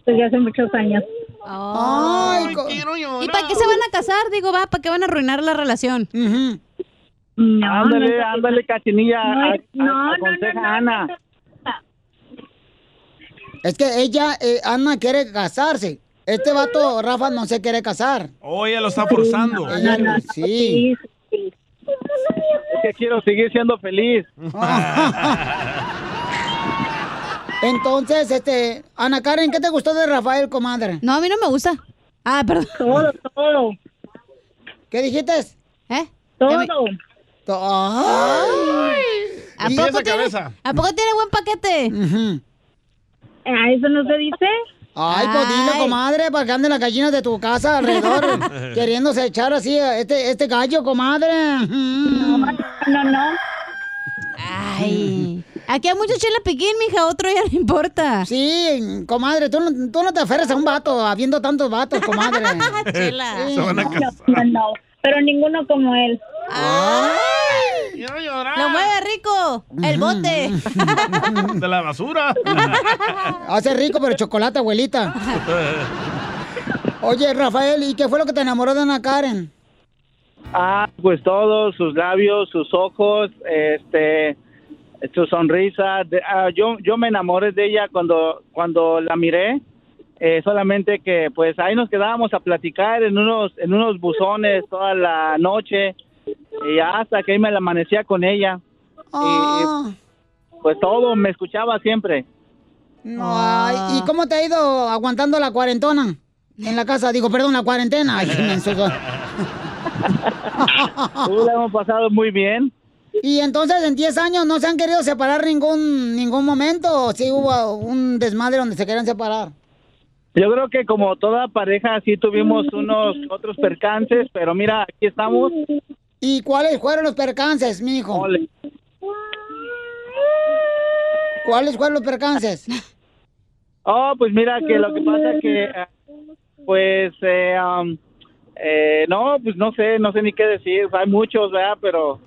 [SPEAKER 11] Pues ya hace muchos años.
[SPEAKER 2] Ay, co-
[SPEAKER 8] ¿Y para qué se van a casar? Digo, va, ¿para qué van a arruinar la relación?
[SPEAKER 20] ándale, ándale, cachinilla.
[SPEAKER 11] No,
[SPEAKER 20] a- a-
[SPEAKER 11] no,
[SPEAKER 20] aconseja
[SPEAKER 11] no, no,
[SPEAKER 20] a Ana.
[SPEAKER 2] es que ella, eh, Ana, quiere casarse. Este vato, Rafa, no se quiere casar.
[SPEAKER 3] Oh, ella lo está forzando.
[SPEAKER 2] Ella- sí.
[SPEAKER 20] Es que quiero seguir siendo feliz.
[SPEAKER 2] Entonces, este, Ana Karen, ¿qué te gustó de Rafael, comadre?
[SPEAKER 8] No, a mí no me gusta. Ah, perdón.
[SPEAKER 11] Todo, todo.
[SPEAKER 2] ¿Qué dijiste?
[SPEAKER 8] ¿Eh?
[SPEAKER 11] Todo.
[SPEAKER 2] To- ¡Ay!
[SPEAKER 8] ¿A
[SPEAKER 3] Y
[SPEAKER 8] poco,
[SPEAKER 3] esa
[SPEAKER 8] tiene,
[SPEAKER 3] cabeza.
[SPEAKER 8] ¿A poco tiene buen paquete?
[SPEAKER 11] ¿A Ah, eso no se dice?
[SPEAKER 2] Ay, pues dilo,
[SPEAKER 8] Ay.
[SPEAKER 2] comadre, para que anden las gallinas de tu casa alrededor, queriéndose echar así a este, este gallo, comadre. No,
[SPEAKER 11] no, no.
[SPEAKER 8] Ay. Aquí hay mucho chela piquín, mija. Otro ya no importa.
[SPEAKER 2] Sí, comadre, tú no, tú no te aferres a un vato, habiendo tantos vatos, comadre.
[SPEAKER 8] Chela.
[SPEAKER 11] No, no, no, pero ninguno como él.
[SPEAKER 3] Quiero llorar.
[SPEAKER 8] ¡Lo mueve rico! ¡El bote!
[SPEAKER 3] De la basura.
[SPEAKER 2] Hace rico, pero chocolate, abuelita. Oye, Rafael, ¿y qué fue lo que te enamoró de Ana Karen?
[SPEAKER 20] Ah, pues todos, sus labios, sus ojos, este, su sonrisa. De- ah, yo, yo me enamoré de ella cuando, cuando la miré. Eh, solamente que, pues ahí nos quedábamos a platicar en unos, en unos buzones toda la noche y hasta que ahí me la amanecía con ella.
[SPEAKER 2] Ah,
[SPEAKER 20] Pues todo, me escuchaba siempre.
[SPEAKER 2] no, ay,
[SPEAKER 20] ah.
[SPEAKER 2] ¿Y cómo te ha ido aguantando la cuarentona? En la casa, digo, perdón, la cuarentena. Ay, qué menso soy.
[SPEAKER 20] Tú la hemos pasado muy bien.
[SPEAKER 2] Y entonces en 10 años no se han querido separar ningún ningún momento o si hubo un desmadre donde se querían separar.
[SPEAKER 20] Yo creo que como toda pareja sí tuvimos unos otros percances, pero mira, aquí estamos.
[SPEAKER 2] ¿Y cuáles fueron los percances, mijo? ¿Cuáles fueron los percances?
[SPEAKER 20] Oh, pues mira que lo que pasa que eh, pues eh, um, eh, no, pues no sé, no sé ni qué decir, hay muchos, ¿verdad? Pero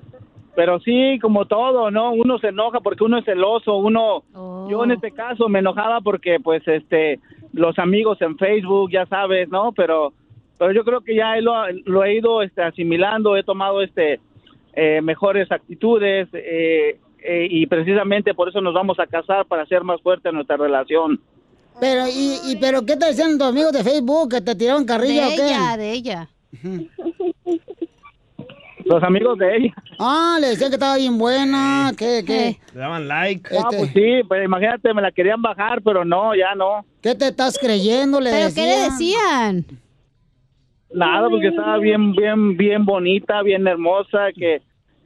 [SPEAKER 20] pero sí, como todo, ¿no? Uno se enoja porque uno es celoso, uno yo en este caso me enojaba porque pues este los amigos en Facebook, ya sabes, ¿no? Pero pero yo creo que ya lo, lo he ido este, asimilando, he tomado este eh, mejores actitudes eh, eh, y precisamente por eso nos vamos a casar para hacer más fuerte nuestra relación.
[SPEAKER 2] Pero y, y pero qué te decían tus amigos de Facebook que te tiraron carrilla
[SPEAKER 8] de
[SPEAKER 2] o qué?
[SPEAKER 8] ella, de ella.
[SPEAKER 20] Los amigos de ella.
[SPEAKER 2] Ah, le decían que estaba bien buena, que
[SPEAKER 8] Eh.
[SPEAKER 2] que
[SPEAKER 3] Le daban like.
[SPEAKER 20] Ah, pues sí, pues imagínate, me la querían bajar, pero no, ya no.
[SPEAKER 2] ¿Qué te estás creyendo? Le
[SPEAKER 8] ¿Pero qué le
[SPEAKER 2] decían?
[SPEAKER 20] Nada, porque estaba bien, bien, bien bonita, bien hermosa, que,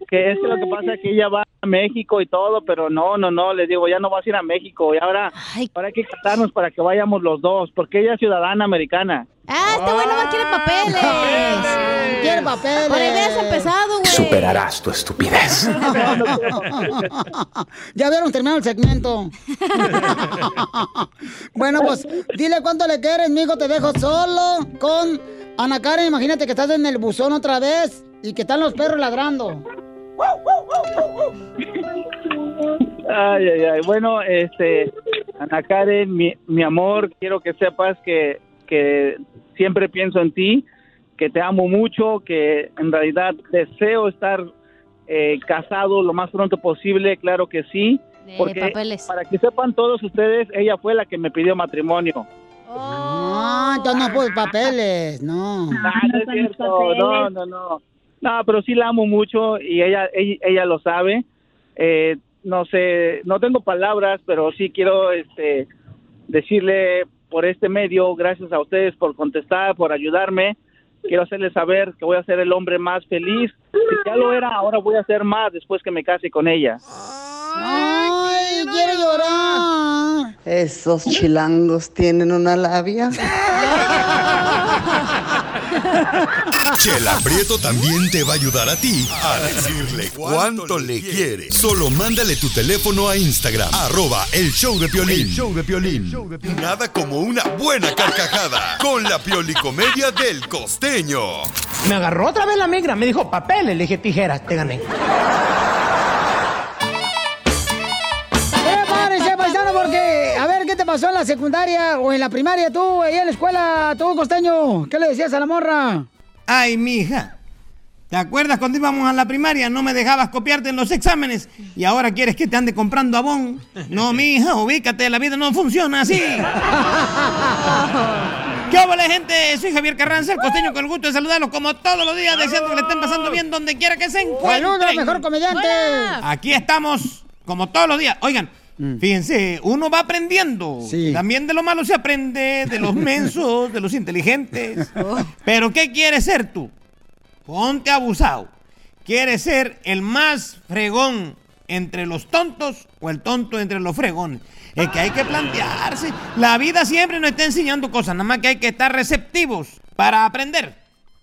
[SPEAKER 20] que es que lo que pasa es que ella va a México y todo, pero no, no, no, les digo, ya no vas a ir a México, y ahora, ahora hay que casarnos para que vayamos los dos, porque ella es ciudadana americana.
[SPEAKER 8] ¡Ah, este güey nomás quiere papeles!
[SPEAKER 2] ¡Quiere papeles!
[SPEAKER 8] Por ahí hubieras empezado, güey.
[SPEAKER 1] Superarás tu estupidez.
[SPEAKER 2] ya vieron terminado el segmento. bueno, pues dile cuánto le quieres, mijo. Te dejo solo con Ana Karen. Imagínate que estás en el buzón otra vez y que están los perros ladrando.
[SPEAKER 20] Ay, ay, ay. Bueno, este, Ana Karen, mi, mi amor, quiero que sepas que, que siempre pienso en ti, que te amo mucho, que en realidad deseo estar eh, casado lo más pronto posible, claro que sí.
[SPEAKER 8] De
[SPEAKER 20] Porque
[SPEAKER 8] papeles.
[SPEAKER 20] para que sepan todos ustedes, ella fue la que me pidió matrimonio.
[SPEAKER 8] Oh.
[SPEAKER 2] Ah, entonces no pues papeles, no.
[SPEAKER 20] no, es cierto, no, no, no. No, pero sí la amo mucho y ella ella, ella lo sabe. Eh, no sé, no tengo palabras, pero sí quiero este decirle por este medio, gracias a ustedes por contestar, por ayudarme. Quiero hacerles saber que voy a ser el hombre más feliz. Si ya lo era, ahora voy a ser más después que me case con ella.
[SPEAKER 2] Ay, quiero llorar.
[SPEAKER 13] Esos chilangos tienen una labia.
[SPEAKER 6] Chela Prieto también te va a ayudar a ti a decirle Ah. cuánto le quiere. Solo mándale tu teléfono a Instagram, arroba el show de Piolín.
[SPEAKER 21] El
[SPEAKER 6] show de Piolín. Nada como una buena carcajada con la piolicomedia del costeño.
[SPEAKER 12] Me agarró otra vez la migra, me dijo papeles, le dije tijeras, te gané.
[SPEAKER 2] Prepárense, ¡Eh, paisano, porque a ver qué te pasó en la secundaria o en la primaria tú, ahí en la escuela, tú, costeño. ¿Qué le decías a la morra?
[SPEAKER 12] Ay, mija. ¿Te acuerdas cuando íbamos a la primaria? No me dejabas copiarte en los exámenes y ahora quieres que te ande comprando abón. No, mija, ubícate, la vida no funciona así. ¿Qué hola, gente? Soy Javier Carranza, el costeño, con el gusto de saludarlos como todos los días, deseando que le estén pasando bien donde quiera que se encuentren.
[SPEAKER 2] ¡Saludos, mejor comediante!
[SPEAKER 12] Aquí estamos, como todos los días. Oigan,
[SPEAKER 2] Mm.
[SPEAKER 12] fíjense, uno va aprendiendo. También de lo malo se aprende, de los mensos, de los inteligentes.
[SPEAKER 2] Oh.
[SPEAKER 12] Pero ¿qué quieres ser tú? Ponte abusado. ¿Quieres ser el más fregón entre los tontos o el tonto entre los fregones? Es que hay que plantearse. La vida siempre nos está enseñando cosas, nada más que hay que estar receptivos para aprender.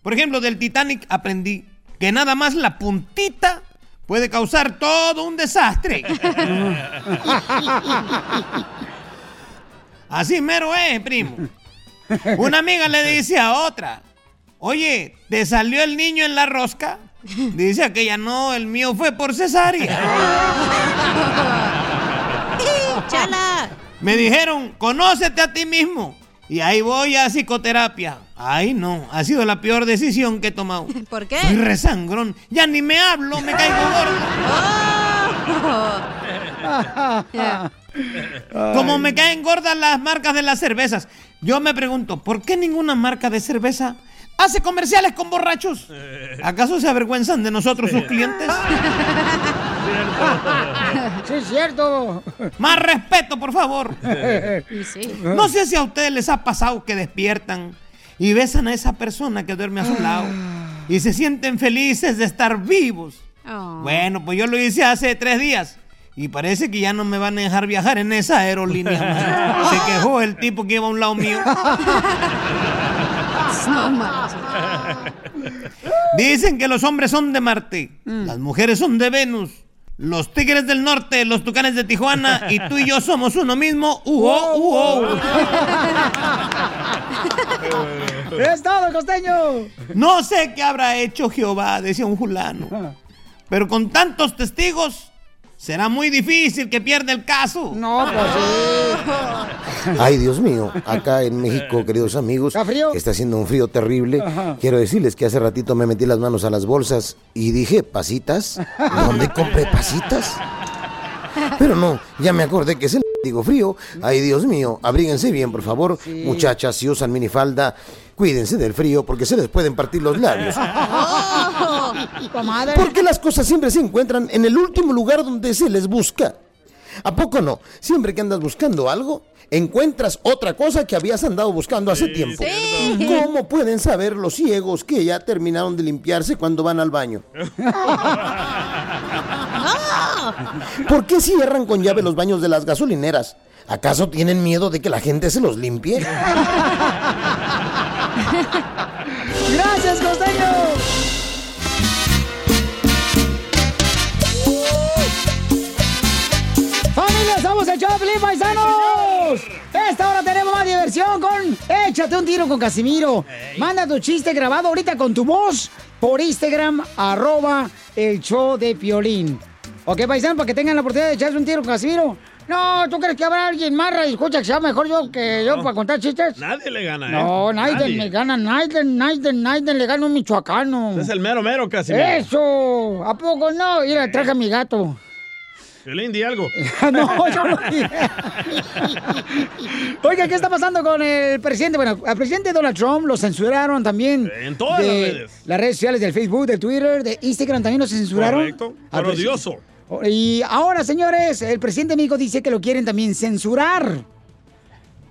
[SPEAKER 12] Por ejemplo, del Titanic aprendí que nada más la puntita puede causar todo un desastre. Así mero es, primo. Una amiga le dice a otra, oye, ¿te salió el niño en la rosca? Dice aquella, no, el mío fue por cesárea.
[SPEAKER 4] ¡Chala!
[SPEAKER 12] Me dijeron, conócete a ti mismo. Y ahí voy a psicoterapia. Ay, no, ha sido la peor decisión que he tomado.
[SPEAKER 4] ¿Por qué?
[SPEAKER 12] Soy resangrón. Ya ni me hablo, me caigo gordo. Como me caen gordas las marcas de las cervezas. Yo me pregunto, ¿por qué ninguna marca de cerveza hace comerciales con borrachos? ¿Acaso se avergüenzan de nosotros sus clientes?
[SPEAKER 2] Sí, es cierto.
[SPEAKER 12] Más respeto, por favor.
[SPEAKER 4] Y sí.
[SPEAKER 12] No sé si a ustedes les ha pasado que despiertan y besan a esa persona que duerme a su lado y se sienten felices de estar vivos.
[SPEAKER 4] Oh.
[SPEAKER 12] Bueno, pues yo lo hice hace tres días. Y parece que ya no me van a dejar viajar en esa aerolínea. man. Se quejó el tipo que iba a un lado mío.
[SPEAKER 4] No manches.
[SPEAKER 12] Dicen que los hombres son de Marte, las mujeres son de Venus, los tigres del norte, los tucanes de Tijuana y tú y yo somos uno mismo. ¡Uo, uo!
[SPEAKER 2] ¡Es todo, costeño!
[SPEAKER 12] No sé qué habrá hecho Jehová, decía un
[SPEAKER 22] Ah.
[SPEAKER 12] fulano. Pero con tantos testigos, será muy difícil que pierda el caso.
[SPEAKER 2] No, pues
[SPEAKER 13] Ay, Dios mío, acá en México, queridos amigos, ¿Está, haciendo un frío terrible.
[SPEAKER 2] Ajá.
[SPEAKER 13] Quiero decirles que hace ratito me metí las manos a las bolsas y dije, pasitas, ¿dónde compré pasitas? Pero no, ya me acordé que es el digo frío. Ay, Dios mío, abríguense bien, por favor. Muchachas, si usan minifalda, cuídense del frío porque se les pueden partir los labios.
[SPEAKER 2] ¡Oh! Comadre.
[SPEAKER 13] Porque las cosas siempre se encuentran en el último lugar donde se les busca. ¿A poco no? Siempre que andas buscando algo, encuentras otra cosa que habías andado buscando hace tiempo.
[SPEAKER 4] cierto.
[SPEAKER 13] ¿Cómo pueden saber los ciegos que ya terminaron de limpiarse cuando van al baño? ¿Por qué cierran con llave los baños de las gasolineras? ¿Acaso tienen miedo de que la gente se los limpie?
[SPEAKER 2] ¡Gracias, costeño! ¡Familia, somos el Choplin Paisanos! Esta hora tenemos más diversión con Échate un tiro con Casimiro. Manda tu chiste grabado ahorita con tu voz por Instagram, arroba el show de Piolín. Ok, paisano, para que tengan la oportunidad de echarse un tiro con Casimiro. No, ¿tú crees que habrá alguien más, escucha, que sea mejor yo que yo para contar chistes?
[SPEAKER 3] Nadie le gana, ¿eh?
[SPEAKER 2] No, Naiden me gana, Naiden, Naiden, Naiden le gana un michoacano.
[SPEAKER 3] Es el mero mero casi.
[SPEAKER 2] ¡Eso! ¿A poco no? Mira, traje a mi gato.
[SPEAKER 3] Violín, di algo.
[SPEAKER 2] Ah, no, yo no dije. Oiga, ¿qué está pasando con el presidente? Bueno, al presidente Donald Trump lo censuraron también.
[SPEAKER 3] En todas
[SPEAKER 2] de
[SPEAKER 3] las redes.
[SPEAKER 2] Las redes sociales del Facebook, del Twitter, de Instagram también lo censuraron.
[SPEAKER 3] Correcto.
[SPEAKER 2] Al
[SPEAKER 3] Por
[SPEAKER 2] presi-
[SPEAKER 3] odioso.
[SPEAKER 2] Y ahora, señores, el presidente de México dice que lo quieren también censurar.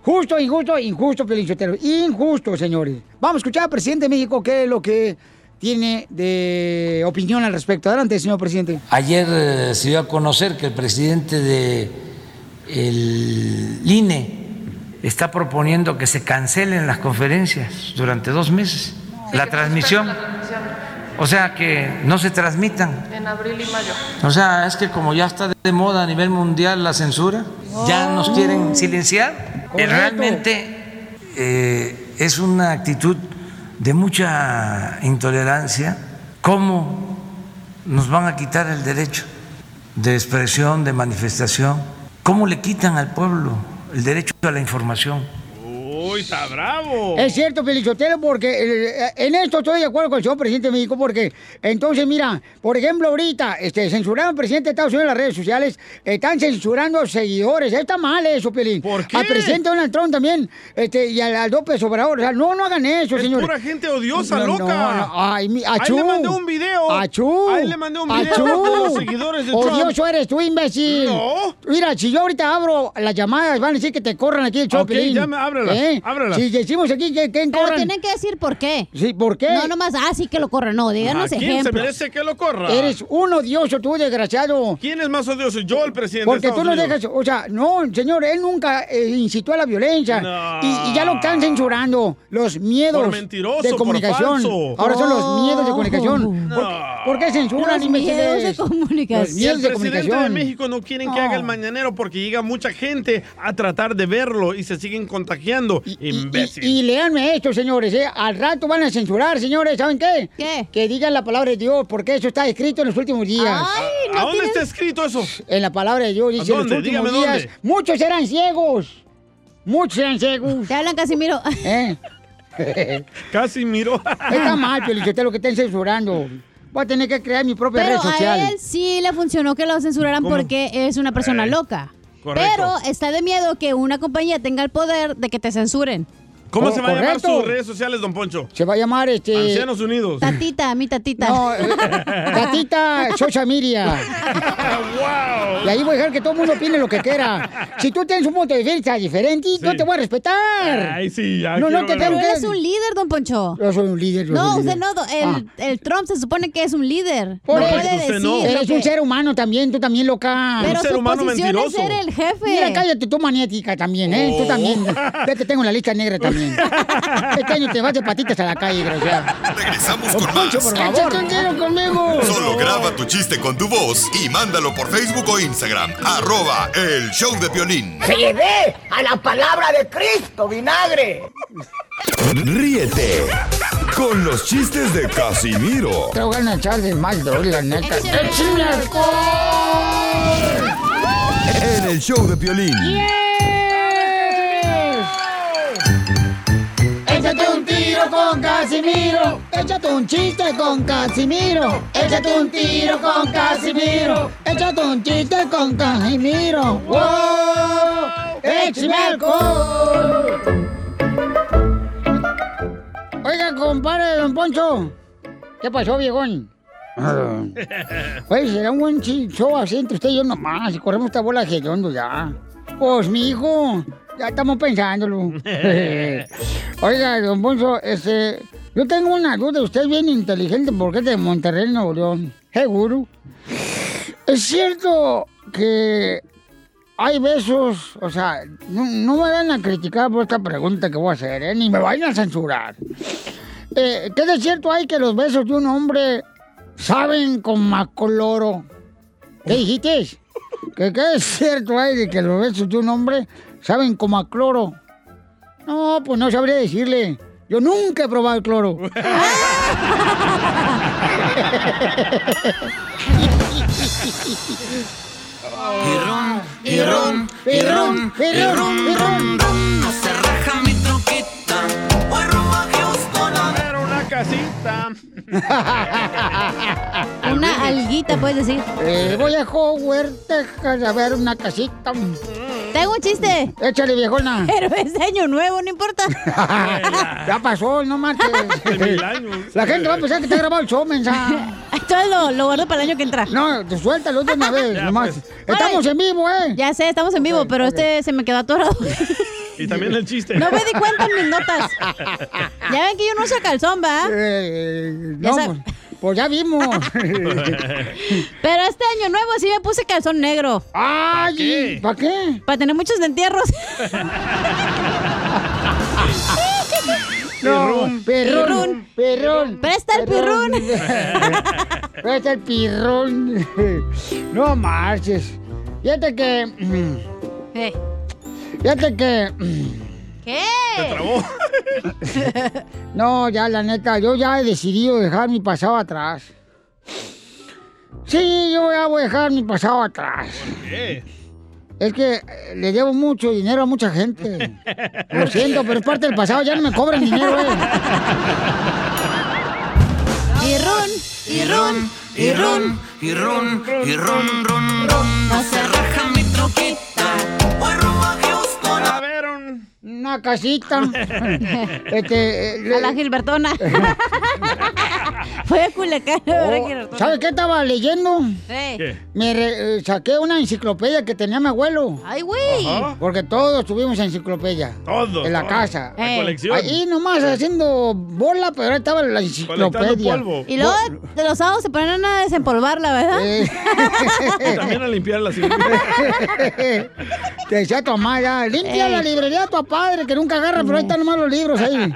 [SPEAKER 2] Justo, injusto, injusto, Pelichotero. Injusto, señores. Vamos a escuchar al presidente de México qué es lo que tiene de opinión al respecto. Adelante, señor presidente.
[SPEAKER 15] Ayer eh, se dio a conocer que el presidente de el INE está proponiendo que se cancelen las conferencias durante dos meses, la transmisión, o sea que no se transmitan.
[SPEAKER 23] En abril y mayo.
[SPEAKER 15] O sea, es que como ya está de moda a nivel mundial la censura, ya nos quieren silenciar. Eh, Realmente eh, es una actitud de mucha intolerancia. ¿Cómo nos van a quitar el derecho de expresión, de manifestación? ¿Cómo le quitan al pueblo el derecho a la información?
[SPEAKER 3] Uy, está bravo.
[SPEAKER 2] Es cierto, Pelichotero, porque eh, en esto estoy de acuerdo con el señor presidente de México, porque entonces, mira, por ejemplo, ahorita este, censuraron al presidente de Estados Unidos en las redes sociales, están censurando a seguidores, eh, está mal eso, Pelín. ¿Por Al presidente Donald Trump también, este, y al, al López Obrador, o sea, no, no hagan eso,
[SPEAKER 3] Es
[SPEAKER 2] señor.
[SPEAKER 3] pura gente odiosa,
[SPEAKER 2] No, no,
[SPEAKER 3] loca.
[SPEAKER 2] no, Ay, mi,
[SPEAKER 3] Ahí
[SPEAKER 2] achú.
[SPEAKER 3] le mandé un video.
[SPEAKER 2] Achú.
[SPEAKER 3] Ahí le mandé un video de los seguidores de Trump.
[SPEAKER 2] Odioso eres tú, imbécil.
[SPEAKER 3] No.
[SPEAKER 2] Mira, si yo ahorita abro las llamadas, van a decir que te corran aquí el show,
[SPEAKER 3] Ok,
[SPEAKER 2] Pelín.
[SPEAKER 3] ya me- ábrelas, ábrelas.
[SPEAKER 2] Si decimos aquí que, que
[SPEAKER 4] Pero
[SPEAKER 2] corran.
[SPEAKER 4] tienen que decir por qué.
[SPEAKER 2] Sí, ¿por qué?
[SPEAKER 4] No, nomás, ah, sí que lo corran. No, díganos
[SPEAKER 3] ¿A quién se
[SPEAKER 4] ejemplos.
[SPEAKER 3] merece que lo corra?
[SPEAKER 2] Eres un odioso tú, desgraciado.
[SPEAKER 3] ¿Quién es más odioso? Yo, el presidente.
[SPEAKER 2] Porque
[SPEAKER 3] de
[SPEAKER 2] tú
[SPEAKER 3] Estados
[SPEAKER 2] no
[SPEAKER 3] Unidos.
[SPEAKER 2] dejas, o sea, no, señor, él nunca eh, incitó a la violencia.
[SPEAKER 3] No.
[SPEAKER 2] Y, y ya lo están censurando, los miedos
[SPEAKER 3] Por mentiroso,
[SPEAKER 2] de
[SPEAKER 3] por
[SPEAKER 2] comunicación.
[SPEAKER 3] falso.
[SPEAKER 2] Ahora son los
[SPEAKER 3] Oh.
[SPEAKER 2] miedos de comunicación. ¿Por, por qué censuran,
[SPEAKER 4] Los miedos de
[SPEAKER 2] imbéciles?
[SPEAKER 4] comunicación.
[SPEAKER 2] Los miedos
[SPEAKER 3] El presidente
[SPEAKER 2] de
[SPEAKER 3] de
[SPEAKER 2] comunicación.
[SPEAKER 3] México no quieren que haga el
[SPEAKER 2] No.
[SPEAKER 3] mañanero porque llega mucha gente a tratar de verlo y se siguen contagiando. Imbécil.
[SPEAKER 2] Y léanme esto, señores, ¿eh? al rato van a censurar, señores, ¿saben qué? ¿Qué? Que digan la palabra de Dios, porque eso está escrito en los últimos días.
[SPEAKER 3] Ay, ¿A- no a dónde tienen- está escrito eso?
[SPEAKER 2] En la palabra de Dios, dice en los
[SPEAKER 3] dónde?
[SPEAKER 2] últimos
[SPEAKER 3] Dígame
[SPEAKER 2] días.
[SPEAKER 3] dónde.
[SPEAKER 2] Muchos eran ciegos. Muchos eran ciegos. Te hablan Casimiro. ¿Eh?
[SPEAKER 3] Casi miró.
[SPEAKER 2] Está mal, lo que estén censurando. Voy a tener que crear mi propia
[SPEAKER 8] Pero
[SPEAKER 2] red social.
[SPEAKER 8] a él sí le funcionó que lo censuraran
[SPEAKER 2] ¿Cómo?
[SPEAKER 8] porque es una persona
[SPEAKER 2] Ay,
[SPEAKER 8] loca.
[SPEAKER 2] correcto.
[SPEAKER 8] Pero está de miedo que una compañía tenga el poder de que te censuren.
[SPEAKER 2] Oh,
[SPEAKER 3] ¿Cómo se va a llamar
[SPEAKER 8] Correcto.
[SPEAKER 3] sus redes sociales, don Poncho?
[SPEAKER 2] Se va a llamar este.
[SPEAKER 3] Ancianos Unidos.
[SPEAKER 8] Tatita, mi tatita.
[SPEAKER 2] No, eh, Tatita Sosa Miria. Y ahí voy a dejar que todo el mundo opine lo que quiera. Si tú tienes un punto de vista diferente, no te voy a respetar.
[SPEAKER 3] Ay, sí, ya
[SPEAKER 2] No, no
[SPEAKER 3] quiero
[SPEAKER 2] te
[SPEAKER 3] verlo.
[SPEAKER 2] tengo que...
[SPEAKER 8] Pero él es un líder, don Poncho.
[SPEAKER 2] Yo soy un líder. yo
[SPEAKER 8] No,
[SPEAKER 2] soy un
[SPEAKER 8] usted
[SPEAKER 2] líder.
[SPEAKER 8] no,
[SPEAKER 2] Ah.
[SPEAKER 8] do- el, el Trump se supone que es un líder. pues,
[SPEAKER 2] Por
[SPEAKER 8] no
[SPEAKER 2] eso,
[SPEAKER 8] puede decir. lo
[SPEAKER 2] Eres
[SPEAKER 8] que-
[SPEAKER 2] un ser humano también, tú también, loca.
[SPEAKER 8] Pero Un ser su humano posición es mentiroso. ser el jefe.
[SPEAKER 2] Mira, cállate, tú maniática también, ¿eh? Tú
[SPEAKER 4] Oh.
[SPEAKER 2] también. Ya te tengo en la lista negra también. Este año te vas de patitas a la calle, gracias.
[SPEAKER 6] Regresamos
[SPEAKER 2] Don
[SPEAKER 6] con
[SPEAKER 2] Poncho,
[SPEAKER 6] más.
[SPEAKER 2] por favor. Échate un tiro conmigo.
[SPEAKER 6] Solo graba tu chiste con tu voz y mándalo por Facebook o Instagram. Arroba el show de Piolín.
[SPEAKER 16] ¡Se llevé a la palabra de Cristo, vinagre!
[SPEAKER 21] Ríete con los chistes de Casimiro
[SPEAKER 2] Te voy a echar de más, bro, la neta. ¡Échame alcohol!
[SPEAKER 21] en el show de Piolín.
[SPEAKER 2] Échate un tiro con Casimiro. Échate un chiste con Casimiro. Échate un tiro con Casimiro. Échate un chiste con Casimiro. ¡Wow! ¡Échame alcohol! Oiga, compadre de Don Poncho. ¿Qué pasó, viejón? Oye, será un buen chi- show así entre usted y yo nomás. Y corremos esta bola de hediondo ya. Pues, mijo, ya estamos pensándolo. Oiga, don Ponzo, este, yo tengo una duda. Usted es bien inteligente porque es de Monterrey, Nuevo León. Seguro. ¿Es cierto que hay besos? O sea, no, no me vayan a criticar por esta pregunta que voy a hacer, ¿eh? ni me vayan a censurar. Eh, ¿Qué de cierto hay que los besos de un hombre saben con macoloro? ¿Qué dijiste? ¿Que ¿Qué de cierto hay de que los besos de un hombre saben con macloro? No, pues no sabría decirle. Yo nunca he probado el cloro.
[SPEAKER 4] Y ron, y ron, y ron, y ron, y ron, ron, no se raja mi troquita. Voy rumbo a Houston a ver una casita.
[SPEAKER 8] Una alguita, puedes decir.
[SPEAKER 2] Eh, voy a Howard, Texas, a ver una casita.
[SPEAKER 8] Tengo un chiste.
[SPEAKER 2] Échale, viejona.
[SPEAKER 8] Pero es de año nuevo, no importa.
[SPEAKER 2] ya pasó, no marches. La gente va a pensar que te ha grabado el show, mensaje.
[SPEAKER 8] Entonces lo, lo guardo para el año que entra. pues.
[SPEAKER 2] No, suéltalo de una vez, nomás. Estamos en vivo, ¿eh?
[SPEAKER 8] Ya sé, estamos en vivo, pero este se me quedó atorado.
[SPEAKER 3] Y también el chiste.
[SPEAKER 8] No me di cuenta en mis notas. Ya ven que yo no uso calzón, ¿va? Ya
[SPEAKER 2] no,
[SPEAKER 8] sab-
[SPEAKER 2] pues, pues ya vimos.
[SPEAKER 8] Pero este año nuevo sí me puse calzón negro.
[SPEAKER 2] ¡Ay! ¿Para qué?
[SPEAKER 8] Para tener muchos entierros.
[SPEAKER 2] No, perrón, perrón.
[SPEAKER 8] Presta el
[SPEAKER 2] perrón. Presta el pirrón. No marches. Fíjate que. Fíjate que.
[SPEAKER 8] ¿Qué?
[SPEAKER 4] Se trabó.
[SPEAKER 2] No, ya la neta, yo ya he decidido dejar mi pasado atrás. Sí, yo ya voy a dejar mi pasado atrás. Es que eh, le debo mucho dinero a mucha gente. Lo siento, pero es parte del pasado, ya no me cobran dinero, eh.
[SPEAKER 8] Y ron,
[SPEAKER 4] Y ron, y ron, y ron, y ron, ron, ron, no se raja mi troquita. Voy rumbo a Houston a ver un...
[SPEAKER 2] Una casita. Este,
[SPEAKER 8] A la Gilbertona. Fue a Culiacán, a ver a Gilbertona.
[SPEAKER 2] ¿Sabes Oh, qué estaba leyendo?
[SPEAKER 8] Sí. ¿Qué?
[SPEAKER 2] Me re- eh, saqué una enciclopedia que tenía mi abuelo.
[SPEAKER 8] ¡Ay, güey! Ajá.
[SPEAKER 2] Porque todos tuvimos enciclopedia.
[SPEAKER 3] Todos,
[SPEAKER 2] En la
[SPEAKER 3] todos.
[SPEAKER 2] casa.
[SPEAKER 3] La Ey. colección.
[SPEAKER 2] Ahí nomás haciendo bola, pero ahí estaba la enciclopedia.
[SPEAKER 8] Y luego de los sábados se ponen a desempolvarla, ¿verdad?
[SPEAKER 2] Eh.
[SPEAKER 3] Y también a limpiar la silla.
[SPEAKER 2] Te decía tu mamá ya, limpia
[SPEAKER 8] Ey.
[SPEAKER 2] la librería de tu padre, que nunca agarra, pero ahí están nomás los libros ahí.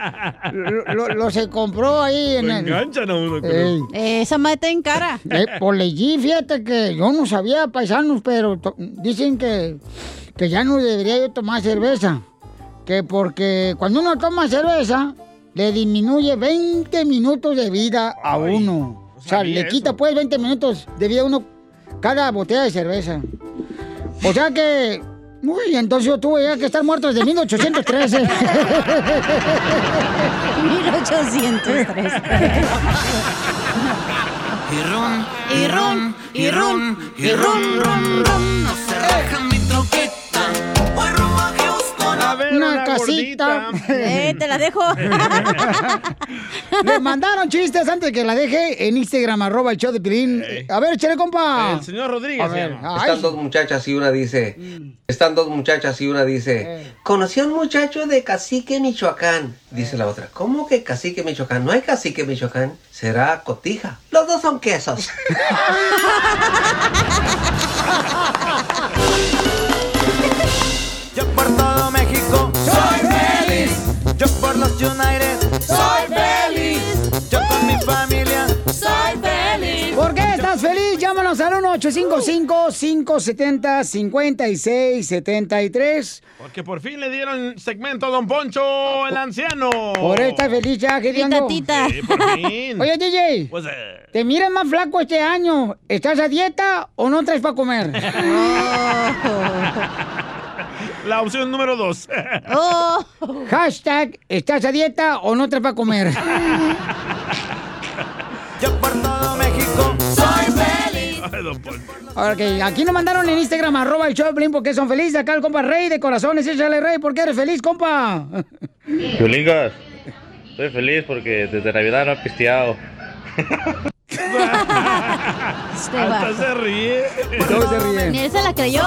[SPEAKER 2] Lo, lo- lo se compró ahí en
[SPEAKER 3] Lo
[SPEAKER 2] el...
[SPEAKER 3] enganchan a uno.
[SPEAKER 2] Ey.
[SPEAKER 8] Eh, esa madre está en cara.
[SPEAKER 2] Eh, por ley, fíjate que yo no sabía, paisanos, pero to- dicen que, que ya no debería yo tomar cerveza. Que porque cuando uno toma cerveza, le disminuye 20 minutos de vida a uno. O sea, le quita pues 20 minutos de vida a uno cada botella de cerveza. O sea que... Uy, entonces yo tuve ya que estar muerto desde 1813.
[SPEAKER 8] 1813.
[SPEAKER 4] Y ron, y ron, y ron, y ron, ron, ron. No se raja mi troqueta. A ver,
[SPEAKER 2] una, casita.
[SPEAKER 8] Eh, te la dejo.
[SPEAKER 2] Le mandaron chistes antes que la deje en Instagram, arroba el show de Pilín. A ver, chele, compa.
[SPEAKER 3] El señor Rodríguez.
[SPEAKER 2] A ver,
[SPEAKER 3] se llama.
[SPEAKER 2] ay,
[SPEAKER 22] Están dos muchachas y una dice, están dos muchachas y una dice, conocí a un muchacho de Cacique, Michoacán. Dice la otra, ¿cómo que Cacique, Michoacán? No hay Cacique, Michoacán, será Cotija. Los dos son quesos.
[SPEAKER 4] Yo por todo México soy feliz. Yo por los United soy feliz. Yo con mi familia soy feliz.
[SPEAKER 2] ¿Por qué estás feliz? Llámanos al 1-855-570-5673.
[SPEAKER 3] Porque por fin le dieron segmento a Don Poncho, el anciano.
[SPEAKER 2] Por esta feliz ya, queriendo.
[SPEAKER 3] Oh. Sí, por fin.
[SPEAKER 2] Oye, DJ,
[SPEAKER 3] Pues, eh,
[SPEAKER 2] te miras más flaco este año. ¿Estás a dieta o no traes para comer?
[SPEAKER 3] la opción número dos.
[SPEAKER 2] Hashtag, ¿estás a dieta o no traes para comer?
[SPEAKER 4] Soy feliz.
[SPEAKER 2] Ahora que aquí nos mandaron en Instagram, arroba el show de Piolín, porque son felices. Acá el compa Rey de corazones, échale Rey, porque eres feliz, compa.
[SPEAKER 17] Pilingas, estoy feliz porque desde Navidad no he pisteado.
[SPEAKER 3] Hasta se ríe.
[SPEAKER 2] se ríe.
[SPEAKER 8] Ni él se la creyó.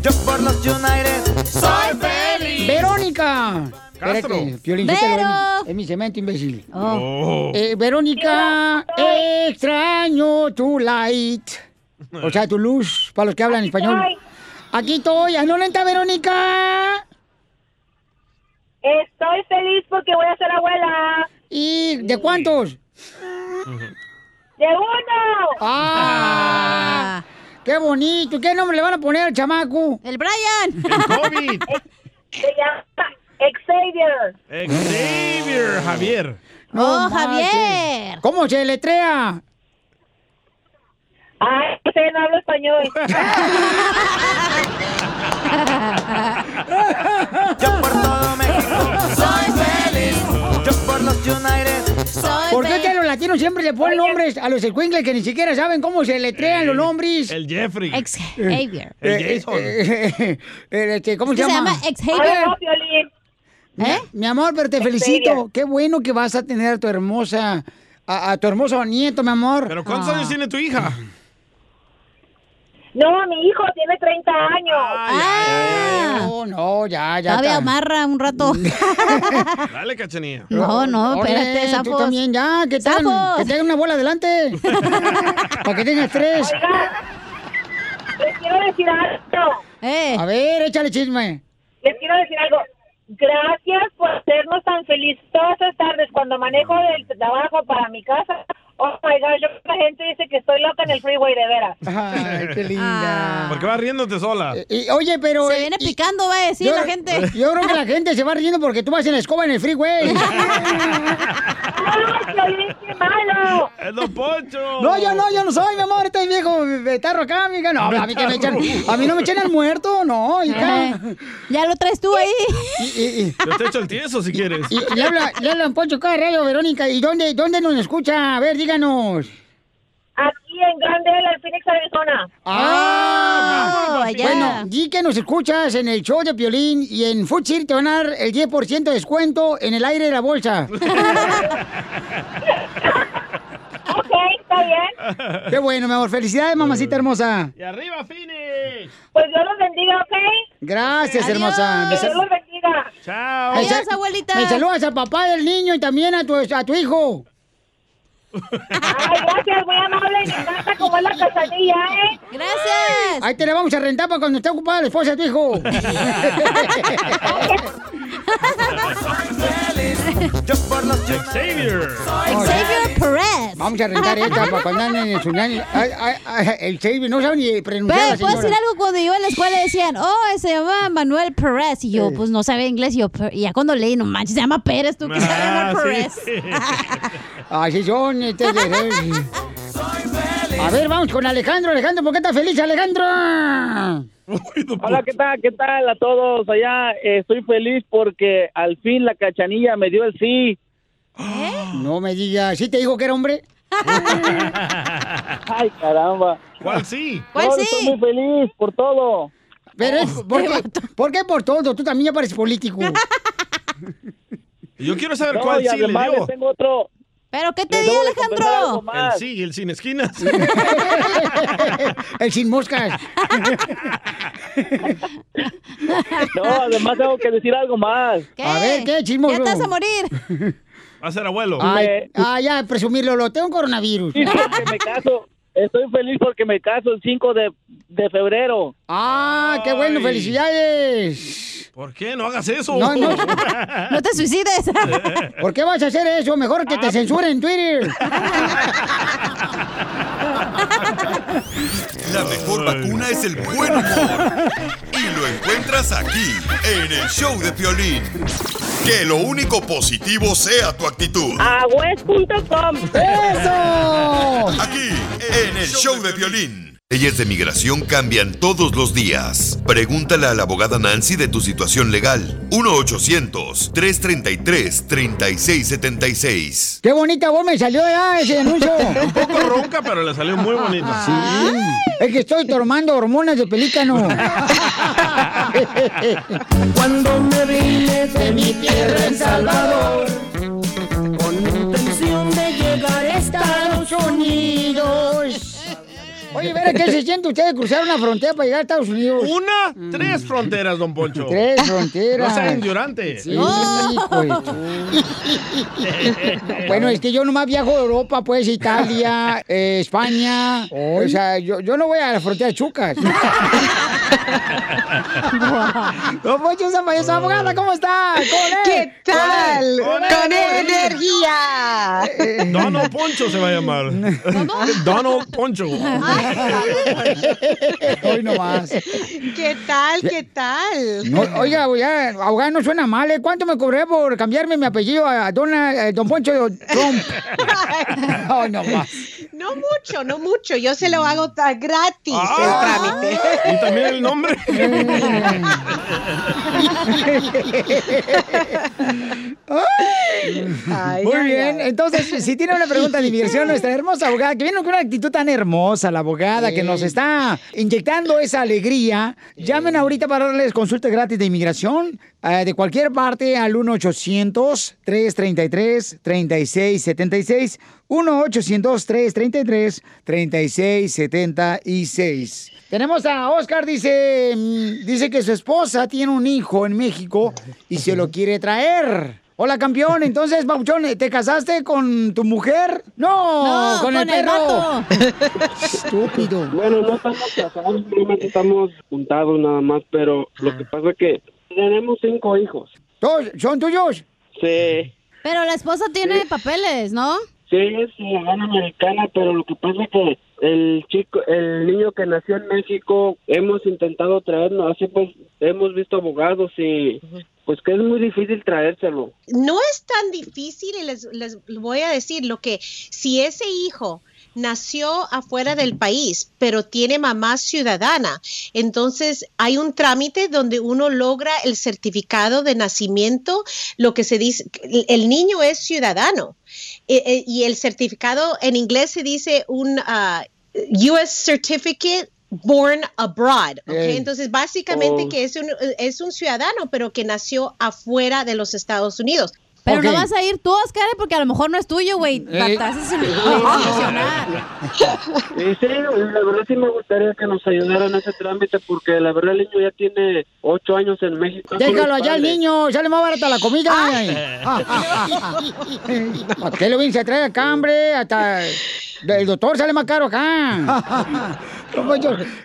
[SPEAKER 4] Yo por los United soy feliz.
[SPEAKER 2] Verónica.
[SPEAKER 4] Castro.
[SPEAKER 2] Espérate, Piolín, yo te lo-
[SPEAKER 4] Vero.
[SPEAKER 2] Es mi cemento, imbécil.
[SPEAKER 4] Oh.
[SPEAKER 2] Eh, Verónica, extraño tu light. O sea, tu luz, para los que hablan español.
[SPEAKER 4] estoy.
[SPEAKER 2] Aquí estoy. ¿A dónde está Verónica?
[SPEAKER 10] Estoy feliz porque voy a ser abuela.
[SPEAKER 2] ¿Y de cuántos?
[SPEAKER 10] De uno.
[SPEAKER 2] ¡Ah! ¡Qué bonito! ¿Qué nombre le van a poner al chamaco?
[SPEAKER 8] El Brian.
[SPEAKER 3] COVID.
[SPEAKER 10] Se llama Xavier.
[SPEAKER 3] Xavier, Javier.
[SPEAKER 2] No
[SPEAKER 10] ¡Oh, Javier!
[SPEAKER 2] ¿Cómo se letrea?
[SPEAKER 10] Ay, usted no habla español.
[SPEAKER 4] Yo por todo México soy feliz. Yo por los United soy
[SPEAKER 2] ¿Por qué
[SPEAKER 4] feliz.
[SPEAKER 2] que a los latinos siempre le ponen nombres a los escuincles que ni siquiera saben cómo se letrean los nombres? Eh,
[SPEAKER 3] El Jeffrey.
[SPEAKER 2] Xavier.
[SPEAKER 3] El Jason.
[SPEAKER 2] eh, ¿Cómo
[SPEAKER 8] Es
[SPEAKER 2] se
[SPEAKER 8] que se
[SPEAKER 2] llama?
[SPEAKER 8] llama Xavier. Hola,
[SPEAKER 10] ¿Eh?
[SPEAKER 2] Mi- Mi amor, pero te felicito. Qué bueno que vas a tener a tu hermosa, a, a tu hermoso nieto, mi amor. Ah.
[SPEAKER 3] ¿Pero cuántos años tiene tu hija?
[SPEAKER 10] No, mi hijo tiene 30 años.
[SPEAKER 2] No, no, ya, ya.
[SPEAKER 8] Todavía
[SPEAKER 2] está.
[SPEAKER 8] amarra un rato.
[SPEAKER 3] Dale, cachanilla.
[SPEAKER 8] No, no,
[SPEAKER 2] Oye,
[SPEAKER 8] espérate, Ah,
[SPEAKER 2] tú
[SPEAKER 8] sapos.
[SPEAKER 2] también ya, que te, hagan, que te hagan una bola adelante. para que tengas tres.
[SPEAKER 10] Les quiero decir algo.
[SPEAKER 8] Eh.
[SPEAKER 2] A ver, échale chisme.
[SPEAKER 10] Les quiero decir algo. Gracias por hacernos tan felices todas las tardes cuando manejo del trabajo para mi casa. Oh my gosh, yo creo que la gente dice que estoy loca en el freeway de veras.
[SPEAKER 2] Ay, qué Eh, linda.
[SPEAKER 3] Porque vas riéndote sola.
[SPEAKER 2] Y, oye, pero.
[SPEAKER 8] Se viene picando, va a decir la gente.
[SPEAKER 2] Yo creo que la gente se va riendo porque tú vas en la escoba en el freeway.
[SPEAKER 10] malo!
[SPEAKER 3] ¡Es Don Poncho!
[SPEAKER 2] No, yo no, yo no soy, mi amor, este viejo betarro acá, amiga. No, a mí, que me echan, a mí no me echan al muerto, no, hija.
[SPEAKER 8] Ya lo traes tú ahí.
[SPEAKER 3] Yo te echo el tieso si quieres.
[SPEAKER 2] eh, Y, y habla, le hablan Poncho cada rayo, Verónica. ¿Y dónde, dónde nos escucha? A ver, díganos.
[SPEAKER 10] Aquí en Grande, en Phoenix, Arizona.
[SPEAKER 2] ¡Ah!
[SPEAKER 10] allá.
[SPEAKER 2] Bueno, di que nos escuchas en el show de Piolín y en Food City te van a dar el 10% de descuento en el aire de la bolsa.
[SPEAKER 10] Ok, está bien.
[SPEAKER 2] Qué bueno, mi amor. Felicidades, mamacita hermosa.
[SPEAKER 3] ¡Y arriba, Fini!
[SPEAKER 10] Pues Dios los bendiga, ¿ok?
[SPEAKER 2] Gracias, hermosa. Me sal-
[SPEAKER 10] Dios los bendiga.
[SPEAKER 3] Chao.
[SPEAKER 2] me sal- Me saludas al papá del niño y también a tu, a tu hijo.
[SPEAKER 10] Ay, gracias, muy amable. Me encanta cómo es la casadilla, ¿eh?
[SPEAKER 8] Gracias.
[SPEAKER 2] Ahí te la vamos a rentar para cuando esté ocupada la esposa de tu hijo.
[SPEAKER 4] Soy feliz.
[SPEAKER 3] Xavier.
[SPEAKER 8] Xavier Perez.
[SPEAKER 2] Vamos a rentar esta para cuando anden en el tsunami. Ay, ay, ay, el Xavier no sabe ni pronunciar
[SPEAKER 8] Pero
[SPEAKER 2] la
[SPEAKER 8] puedo decir
[SPEAKER 2] señora.
[SPEAKER 8] algo cuando yo en la escuela decían, oh, se llama Manuel Perez. Y yo, pues no sabía inglés. Y yo, "Per-" y ya cuando leí, no manches, se llama Pérez, tú que sabes
[SPEAKER 2] Ah,
[SPEAKER 8] Manuel
[SPEAKER 2] sí.
[SPEAKER 8] Perez.
[SPEAKER 2] Así son, este de- A ver, vamos con Alejandro. Alejandro, ¿por qué estás feliz, Alejandro?
[SPEAKER 20] Hola, ¿qué tal? ¿Qué tal a todos allá? Eh, estoy feliz porque al fin la cachanilla me dio el sí.
[SPEAKER 2] No me digas, ¿sí te dijo que era hombre?
[SPEAKER 20] Ay, caramba.
[SPEAKER 3] ¿Cuál sí?
[SPEAKER 2] ¿Cuál
[SPEAKER 20] No,
[SPEAKER 2] sí?
[SPEAKER 20] Estoy muy feliz por todo.
[SPEAKER 2] Pero, es- ¿por, qué, ¿por qué por todo? Tú también ya pareces político.
[SPEAKER 3] Yo quiero saber
[SPEAKER 2] No,
[SPEAKER 3] cuál
[SPEAKER 2] y
[SPEAKER 3] sí le
[SPEAKER 2] además
[SPEAKER 3] dio.
[SPEAKER 2] les
[SPEAKER 20] Tengo otro.
[SPEAKER 8] ¿Pero qué
[SPEAKER 2] te dio, Alejandro?
[SPEAKER 3] El sí, el sin esquinas.
[SPEAKER 2] el sin moscas.
[SPEAKER 20] No, además tengo que decir algo más.
[SPEAKER 2] A ver, ¿qué, chismoso?
[SPEAKER 8] morir.
[SPEAKER 3] Va a ser abuelo.
[SPEAKER 2] Ay, ah, ya, presumirlo, lo tengo coronavirus.
[SPEAKER 20] Feliz porque me caso. Estoy feliz porque me caso el 5 de, de febrero.
[SPEAKER 2] Ah, qué bueno, felicidades.
[SPEAKER 3] ¿Por qué? No hagas eso.
[SPEAKER 2] No, no.
[SPEAKER 8] No te suicides.
[SPEAKER 2] ¿Por qué vas a hacer eso? Mejor que te censuren en Twitter.
[SPEAKER 6] La mejor vacuna es el buen humor. Y lo encuentras aquí, en el show de Piolín. Que lo único positivo sea tu actitud.
[SPEAKER 2] Agüez.com. ¡Eso!
[SPEAKER 6] Aquí, en el show de Piolín. Leyes de migración cambian todos los días. Pregúntale a la abogada Nancy de tu situación legal. 1-800-333-3676.
[SPEAKER 2] Qué bonita voz me salió ya ese anuncio.
[SPEAKER 3] Un poco ronca, pero le salió muy bonita.
[SPEAKER 2] Es que estoy tomando hormonas de pelícano.
[SPEAKER 4] Cuando me vine de mi tierra en Salvador, con intención de llegar a Estados Unidos.
[SPEAKER 2] Oye, verá qué se siente ustedes cruzar una frontera para llegar a Estados Unidos.
[SPEAKER 3] Una, Mm. Tres fronteras, don Poncho.
[SPEAKER 2] Tres fronteras.
[SPEAKER 3] No sean ignorantes.
[SPEAKER 2] Sí, hijo de tu- Bueno, es que yo nomás viajo a Europa, pues, Italia, eh, España. O sea, yo, yo no voy a la frontera de Chucas. Don Poncho Zamayo, su abogada, ¿cómo está? ¿Con él?
[SPEAKER 4] ¿Qué tal?
[SPEAKER 2] Con él.
[SPEAKER 4] Con
[SPEAKER 2] energía.
[SPEAKER 3] Donald Poncho se va a llamar. Donald Poncho.
[SPEAKER 2] Hoy nomás.
[SPEAKER 7] ¿Qué tal? ¿Qué tal?
[SPEAKER 2] No, oiga, ya, abogado, no suena mal, ¿eh? ¿Cuánto me cobré por cambiarme mi apellido a Donald, eh, Don Poncho Trump? No, no más.
[SPEAKER 7] No mucho, no mucho. Yo se lo hago ta- gratis el trámite.
[SPEAKER 3] Ah. Y también el nombre.
[SPEAKER 2] Muy
[SPEAKER 7] ay,
[SPEAKER 2] bien,
[SPEAKER 7] ay.
[SPEAKER 2] entonces, si tiene una pregunta de diversión, nuestra hermosa abogada, que viene con una actitud tan hermosa, la abogada que nos está inyectando esa alegría, llamen ahorita para darles consulta gratis de inmigración eh, de cualquier parte al 1-800-333-3676. 1-800-333-3676. Tenemos a Oscar, dice, mm, dice que su esposa tiene un hijo en México y se lo quiere traer. Hola, campeón. Entonces, Pauchón, ¿te casaste con tu mujer? No,
[SPEAKER 4] No,
[SPEAKER 2] con, el
[SPEAKER 4] con el
[SPEAKER 2] perro.
[SPEAKER 4] vato.
[SPEAKER 2] Estúpido.
[SPEAKER 18] Bueno, no estamos casados, solamente estamos juntados nada más, pero lo que pasa es que tenemos cinco hijos.
[SPEAKER 2] ¿Todos son tuyos?
[SPEAKER 18] Sí,
[SPEAKER 8] Pero la esposa tiene papeles, ¿no?
[SPEAKER 18] sí, es ciudadana americana, pero lo que pasa es que el chico, el niño que nació en México, hemos intentado traernos, así pues hemos visto abogados y pues que es muy difícil traérselo.
[SPEAKER 7] No es tan difícil y les, les voy a decir lo que si ese hijo nació afuera del país, pero tiene mamá ciudadana, entonces hay un trámite donde uno logra el certificado de nacimiento, lo que se dice, el- el niño es ciudadano Eh, eh, y el certificado en inglés se dice un ah, US Certificate Born Abroad. ¿ok?
[SPEAKER 18] Ey.
[SPEAKER 7] Entonces, básicamente
[SPEAKER 18] Oh.
[SPEAKER 7] que es un, es un ciudadano, pero que nació afuera de los Estados Unidos.
[SPEAKER 8] Pero no vas a ir tú, Oscar, eh, porque a lo mejor no es tuyo, güey.
[SPEAKER 7] Eh.
[SPEAKER 8] Te haces un-
[SPEAKER 18] Y sí, la verdad sí me gustaría que nos ayudaran en ese trámite porque la verdad el niño ya tiene ocho años en México.
[SPEAKER 2] Déjalo allá al niño, sale más barata la comida. Ah, ¿Para qué lo vienes a traer acá, hombre? Hasta el doctor sale más caro acá.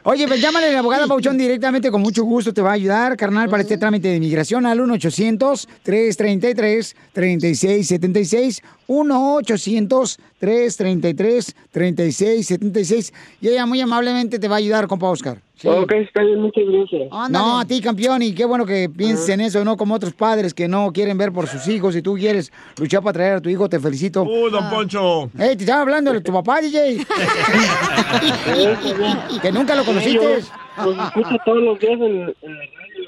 [SPEAKER 2] Oye, pues llámale a la abogada Pauchón directamente, con mucho gusto te va a ayudar, carnal, para este trámite de inmigración al 1 800 333 3676 1-800-333-3676. Y ella muy amablemente te va a ayudar, compa Oscar. Sí.
[SPEAKER 24] Ok, está bien, muchas gracias.
[SPEAKER 2] No, a ti, campeón, y qué bueno que
[SPEAKER 23] Ah.
[SPEAKER 2] pienses en eso, no como otros padres que no quieren ver por sus hijos. Si tú quieres luchar para traer a tu hijo, te felicito.
[SPEAKER 3] ¡Uh, don Poncho!
[SPEAKER 2] ¡Ey, te estaba hablando de tu papá, DJ! que nunca lo conociste.
[SPEAKER 24] Yo los escucho todos los días en, en la radio. Yo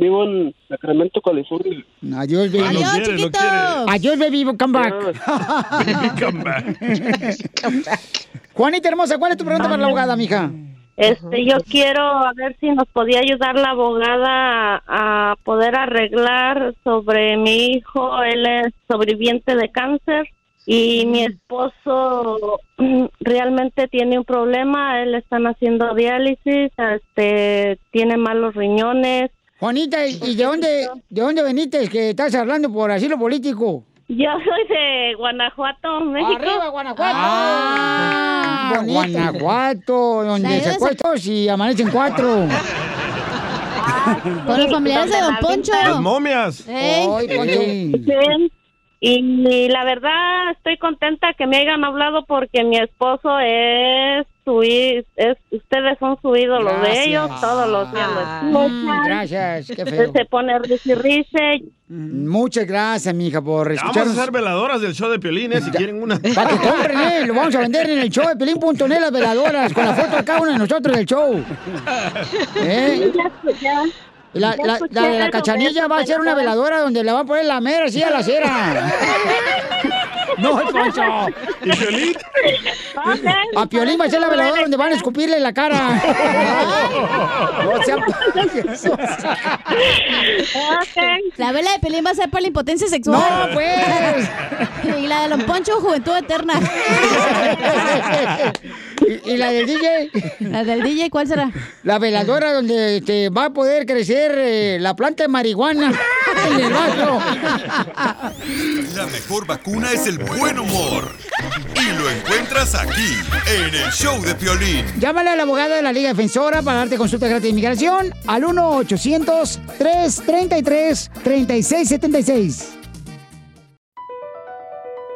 [SPEAKER 24] Vivo en Sacramento, California.
[SPEAKER 2] Adiós, baby.
[SPEAKER 24] Ah, no Adiós, quiere, no chiquitos. quiere.
[SPEAKER 2] Adiós, baby. Come back. Juanita hermosa, ¿cuál es tu pregunta para la abogada, mija?
[SPEAKER 23] Este, yo quiero a ver si nos podía ayudar la abogada a poder arreglar sobre mi hijo. Él es sobreviviente de cáncer y mi esposo realmente tiene un problema. Él están haciendo diálisis, este, tiene malos riñones.
[SPEAKER 2] Juanita, ¿y y de dónde, de dónde veniste? Que estás hablando por asilo político.
[SPEAKER 23] Yo soy de Guanajuato, México.
[SPEAKER 2] ¡Arriba, Guanajuato! Ah, Guanajuato, donde
[SPEAKER 23] Saludos
[SPEAKER 2] se
[SPEAKER 23] a-
[SPEAKER 2] acuestos y amanecen cuatro.
[SPEAKER 23] Con los familiares de Don Poncho.
[SPEAKER 3] Las momias.
[SPEAKER 23] Bien. Y la verdad estoy contenta que me hayan hablado porque mi esposo es su í- es ustedes son su ídolo de
[SPEAKER 2] Gracias. Ah.
[SPEAKER 23] ellos todos los días. lo escuchan. Este,
[SPEAKER 2] gracias, qué feo.
[SPEAKER 23] Se pone risa y risa.
[SPEAKER 2] Muchas gracias, mija, por
[SPEAKER 3] Vamos a
[SPEAKER 2] escucharnos.
[SPEAKER 3] hacer veladoras del show de Piolín, eh, si quieren una.
[SPEAKER 2] Para que compren, ¿eh? Lo vamos a vender en el show de Pelín.net las veladoras con la foto de cada uno de nosotros del show. ¿Eh? Y La, la, la de la cachanilla va a ser una veladora donde le van a poner la mera así a la cera. No, Poncho.
[SPEAKER 4] ¿Y Piolín?
[SPEAKER 2] A Piolín va a ser la veladora donde van a escupirle en la cara. No sean payasos.
[SPEAKER 8] La vela de Pelín va a ser para la impotencia sexual.
[SPEAKER 2] ¡No, pues!
[SPEAKER 8] y la de Don Poncho, Juventud Eterna.
[SPEAKER 2] ¿Y, y la del DJ?
[SPEAKER 8] ¿La del DJ cuál será?
[SPEAKER 2] La veladora donde te va a poder crecer eh, la planta de marihuana en el vaso.
[SPEAKER 6] La mejor vacuna es el buen humor. Y lo encuentras aquí, en el show de Piolín.
[SPEAKER 2] Llámale a la abogada de la Liga Defensora para darte consulta gratis de inmigración al 1-800-333-3676.